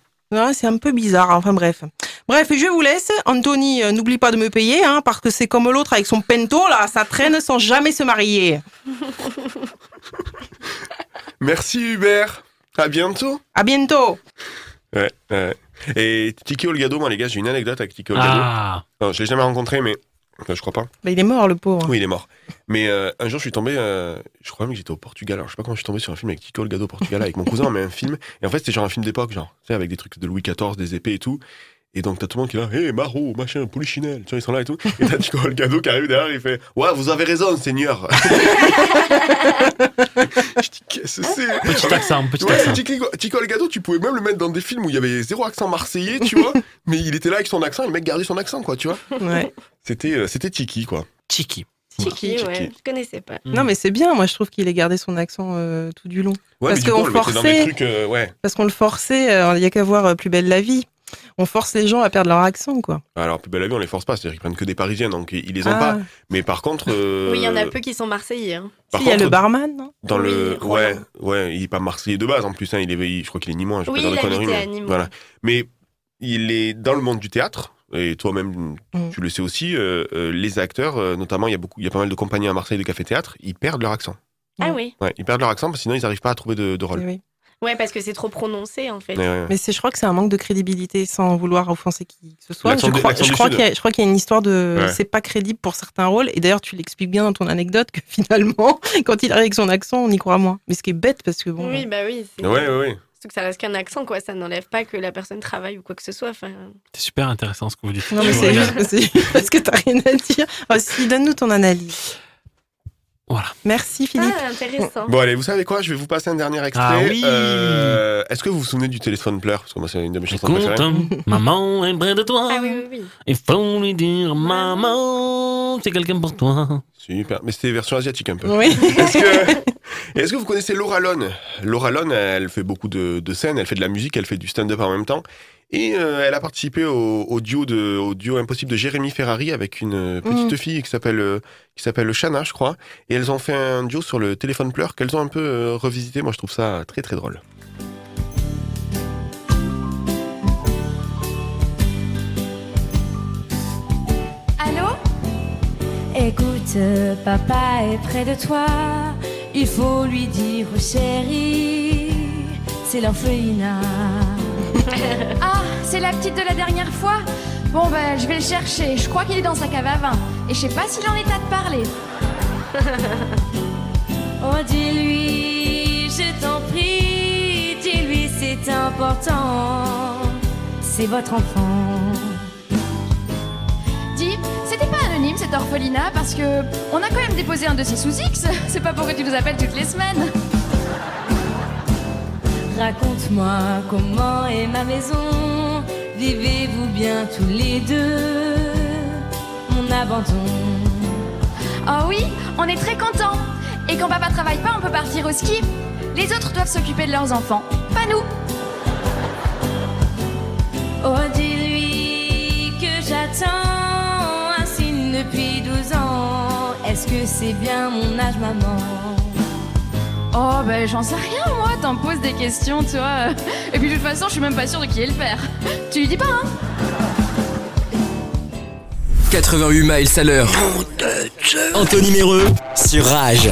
Speaker 2: Ouais, c'est un peu bizarre, enfin bref. Bref, je vous laisse. Anthony, euh, n'oublie pas de me payer, hein, parce que c'est comme l'autre avec son pento, là, ça traîne sans jamais se marier.
Speaker 1: Merci Hubert. À bientôt.
Speaker 2: À bientôt.
Speaker 1: Ouais, ouais. Et Tiki Olgado, moi les gars, j'ai une anecdote avec Tiki Olgado.
Speaker 6: Ah,
Speaker 1: Non, je l'ai jamais rencontré, mais euh, je crois pas.
Speaker 2: Bah, il est mort, le pauvre.
Speaker 1: Oui, il est mort. Mais euh, un jour, je suis tombé. euh, je crois même que j'étais au Portugal. Alors, je sais pas comment je suis tombé sur un film avec Tito Olgado au Portugal avec mon cousin, mais un film. Et en fait, c'était genre un film d'époque, genre, tu sais, avec des trucs de Louis XIV, des épées et tout. Et donc, t'as tout le monde qui est là, hé, Maro, machin, Polichinelle, tu vois, ils sont là et tout. Et t'as Tito Olgado qui arrive derrière, il fait, ouais, vous avez raison, Seigneur. je dis, qu'est-ce que c'est
Speaker 6: petit accent, petit
Speaker 1: Ouais,
Speaker 6: accent.
Speaker 1: Tico Tico Elgado, tu pouvais même le mettre dans des films où il y avait zéro accent marseillais, tu vois. mais il était là avec son accent, et le mec gardait son accent, quoi, tu vois.
Speaker 2: Ouais.
Speaker 1: C'était euh, c'était Tiki, quoi.
Speaker 6: Chiki.
Speaker 3: Tiki,
Speaker 1: Tiki.
Speaker 3: ouais, je connaissais pas.
Speaker 2: Non, mais c'est bien, moi, je trouve qu'il a gardé son accent euh, tout du long.
Speaker 1: Ouais,
Speaker 2: Parce
Speaker 1: mais du
Speaker 2: qu'on
Speaker 1: coup, on le mettait dans des
Speaker 2: forçait-
Speaker 1: trucs, euh, ouais.
Speaker 2: Parce qu'on le forçait, euh, il n'y a qu'à voir euh, Plus belle la vie. On force les gens à perdre leur accent, quoi.
Speaker 1: Alors, plus belle la vie, on les force pas, c'est-à-dire qu'ils prennent que des Parisiens, donc ils les ont
Speaker 2: Ah.
Speaker 1: pas. Mais par contre. euh,
Speaker 3: Oui, il y en a peu qui sont marseillais. hein.
Speaker 1: Par
Speaker 2: Si, il y a
Speaker 1: contre,
Speaker 2: le barman, non
Speaker 1: Dans le.
Speaker 3: Oui,
Speaker 1: ouais,
Speaker 3: Roland.
Speaker 1: ouais, il est pas marseillais de base en plus, hein, il est, il- je crois qu'il est ni moins, je vais
Speaker 3: Oui,
Speaker 1: pas dire de
Speaker 3: il
Speaker 1: conneries,
Speaker 3: habitait
Speaker 1: mais-
Speaker 3: à Nîmes.
Speaker 1: Voilà. Mais il est dans le monde du théâtre. Et toi-même,
Speaker 2: Mm.
Speaker 1: tu le sais aussi, euh, euh, les acteurs, euh, notamment, il y, a beaucoup, il y a pas mal de compagnies à Marseille de café-théâtre, ils perdent leur accent.
Speaker 3: Ah oui,
Speaker 1: Ouais, ils perdent leur accent parce que sinon ils n'arrivent pas à trouver de, de rôle.
Speaker 2: Oui, oui.
Speaker 3: ouais, parce que c'est trop prononcé en fait.
Speaker 1: Ouais, ouais.
Speaker 2: Mais c'est, je crois que c'est un manque de crédibilité sans vouloir offenser qui que ce soit.
Speaker 1: L'accent
Speaker 2: Je
Speaker 1: du-
Speaker 2: crois,
Speaker 1: l'accent
Speaker 2: je
Speaker 1: du
Speaker 2: crois
Speaker 1: Sud.
Speaker 2: qu'il y a, je crois qu'il y a une histoire de.
Speaker 1: Ouais.
Speaker 2: C'est pas crédible pour certains rôles. Et d'ailleurs, tu l'expliques bien dans ton anecdote que finalement, quand il arrive avec son accent, on y croit moins. Mais ce qui est bête parce que bon. euh,
Speaker 3: Oui, bah oui. c'est-
Speaker 1: Ouais, ouais, ouais.
Speaker 3: Surtout que ça reste qu'un accent, quoi. Ça n'enlève pas que la personne travaille ou quoi que ce soit. Enfin,
Speaker 6: C'est super intéressant ce que vous dites.
Speaker 2: Non, mais
Speaker 6: Je vous
Speaker 2: c'est
Speaker 6: regarde.
Speaker 2: juste, c'est juste parce que t'as rien à dire. Ah, si, donne-nous ton analyse.
Speaker 6: Voilà.
Speaker 2: Merci Philippe.
Speaker 3: Ah, intéressant.
Speaker 1: Bon allez, vous savez quoi Je vais vous passer un dernier extrait.
Speaker 6: Ah oui.
Speaker 1: Euh, Est-ce que vous vous souvenez du téléphone pleure Parce que moi c'est une de mes chansons
Speaker 6: Écoute, hein,
Speaker 1: préférées.
Speaker 6: maman est près de toi.
Speaker 3: Ah oui, oui, oui.
Speaker 6: Il faut lui dire, maman, c'est quelqu'un pour toi.
Speaker 1: Super. Mais c'était version asiatique un peu.
Speaker 2: Oui.
Speaker 1: Est-ce que, est-ce que vous connaissez Laura Lone Laura Lone, elle fait beaucoup de, de scènes, elle fait de la musique, elle fait du stand-up en même temps. Et euh, elle a participé au, au duo de, au duo impossible de Jérémy Ferrari avec une euh, petite fille qui s'appelle euh, qui s'appelle Shana, je crois. Et elles ont fait un duo sur le téléphone pleure qu'elles ont un peu euh, revisité. Moi, je trouve ça très très drôle.
Speaker 14: Allô Écoute, euh, papa est près de toi. Il faut lui dire, oh, chérie, c'est l'orphelinat. ah, c'est la petite de la dernière fois Bon, ben, je vais le chercher. Je crois qu'il est dans sa cave à vin. Et je sais pas s'il est en état de parler. oh, dis-lui, je t'en prie. Dis-lui, c'est important. C'est votre enfant. Dis, c'était pas anonyme cette orphelinat parce que on a quand même déposé un dossier sous X. C'est pas pour que tu nous appelles toutes les semaines. Raconte-moi comment est ma maison. Vivez-vous bien tous les deux mon abandon. Oh oui, on est très contents. Et quand papa travaille pas, on peut partir au ski. Les autres doivent s'occuper de leurs enfants, pas nous. Oh, dis-lui que j'attends un signe depuis 12 ans. Est-ce que c'est bien mon âge, maman Oh, ben j'en sais rien, moi. T'en poses des questions, tu vois. Et puis de toute façon, je suis même pas sûre de qui est le père. Tu lui dis pas, hein
Speaker 5: 88 miles à l'heure. Anthony Méreux sur Rage.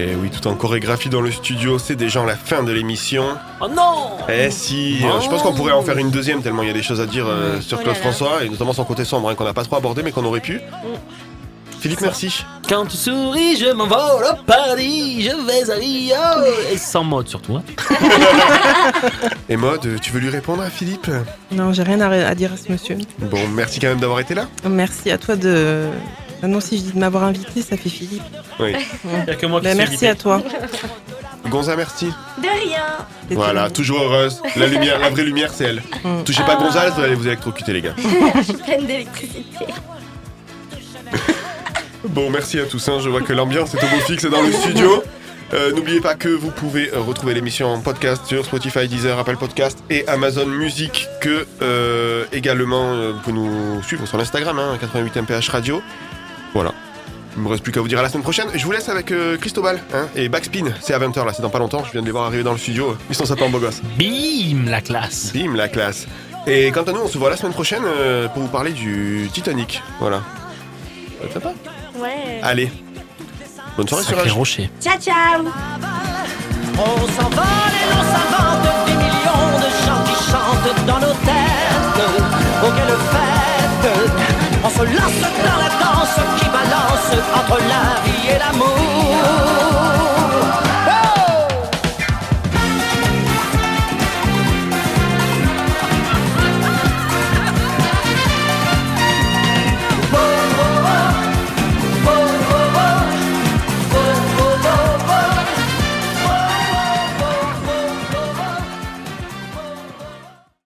Speaker 1: Et oui, tout en chorégraphie dans le studio, c'est déjà la fin de l'émission.
Speaker 6: Oh non
Speaker 1: Eh si, euh, je pense qu'on pourrait en faire une deuxième tellement il y a des choses à dire euh, sur
Speaker 3: Oh là
Speaker 1: Claude
Speaker 3: là.
Speaker 1: François et notamment son côté sombre hein, qu'on n'a pas trop abordé mais qu'on aurait pu. Philippe, merci.
Speaker 6: Quand tu souris, je m'envole au paradis, je vais à Rio. Et sans mode surtout. hein.
Speaker 1: Et Maud, euh, tu veux lui répondre à Philippe
Speaker 2: Non, j'ai rien à, à dire à ce monsieur.
Speaker 1: Bon, merci quand même d'avoir été là.
Speaker 2: Merci à toi de. Maintenant, si je dis de m'avoir invité, ça fait Philippe.
Speaker 1: Oui.
Speaker 2: Ouais.
Speaker 6: Y a que moi qui
Speaker 2: Ben,
Speaker 6: suis
Speaker 2: merci
Speaker 6: invité.
Speaker 2: à toi.
Speaker 1: Gonza, merci.
Speaker 3: De rien.
Speaker 2: C'était-
Speaker 1: Voilà, toujours heureuse. La lumière, la vraie lumière, c'est elle.
Speaker 2: Mm.
Speaker 1: Touchez pas
Speaker 3: Ah.
Speaker 1: Gonzalez, vous allez vous électrocuter, les gars.
Speaker 3: Je suis pleine d'électricité.
Speaker 1: Bon, merci à tous. hein. Je vois que l'ambiance est au beau fixe dans le studio. Euh, N'oubliez pas que vous pouvez euh, retrouver l'émission en podcast sur Spotify, Deezer, Apple Podcast et Amazon Music. Que euh, également, euh, vous pouvez nous suivre sur hein, Instagram, 88mph Radio. Voilà. Il me reste plus qu'à vous dire à la semaine prochaine. Je vous laisse avec euh, Cristobal hein, et Backspin. C'est à 20h là, c'est dans pas longtemps. Je viens de les voir arriver dans le studio. Ils sont sympas en beau gosse.
Speaker 6: Bim, la classe.
Speaker 1: Bim, la classe. Et quant à nous, on se voit la semaine prochaine euh, pour vous parler du Titanic. Voilà. Ça va être sympa.
Speaker 3: Ouais.
Speaker 1: Allez. Bonne soirée sur
Speaker 6: Sacré
Speaker 1: Rage.
Speaker 6: rocher.
Speaker 3: Ciao, ciao.
Speaker 10: On s'envole et l'on s'invente des millions de chants qui chantent dans nos têtes. Oh, quelle fête! On se lance dans la danse qui balance entre la vie et l'amour.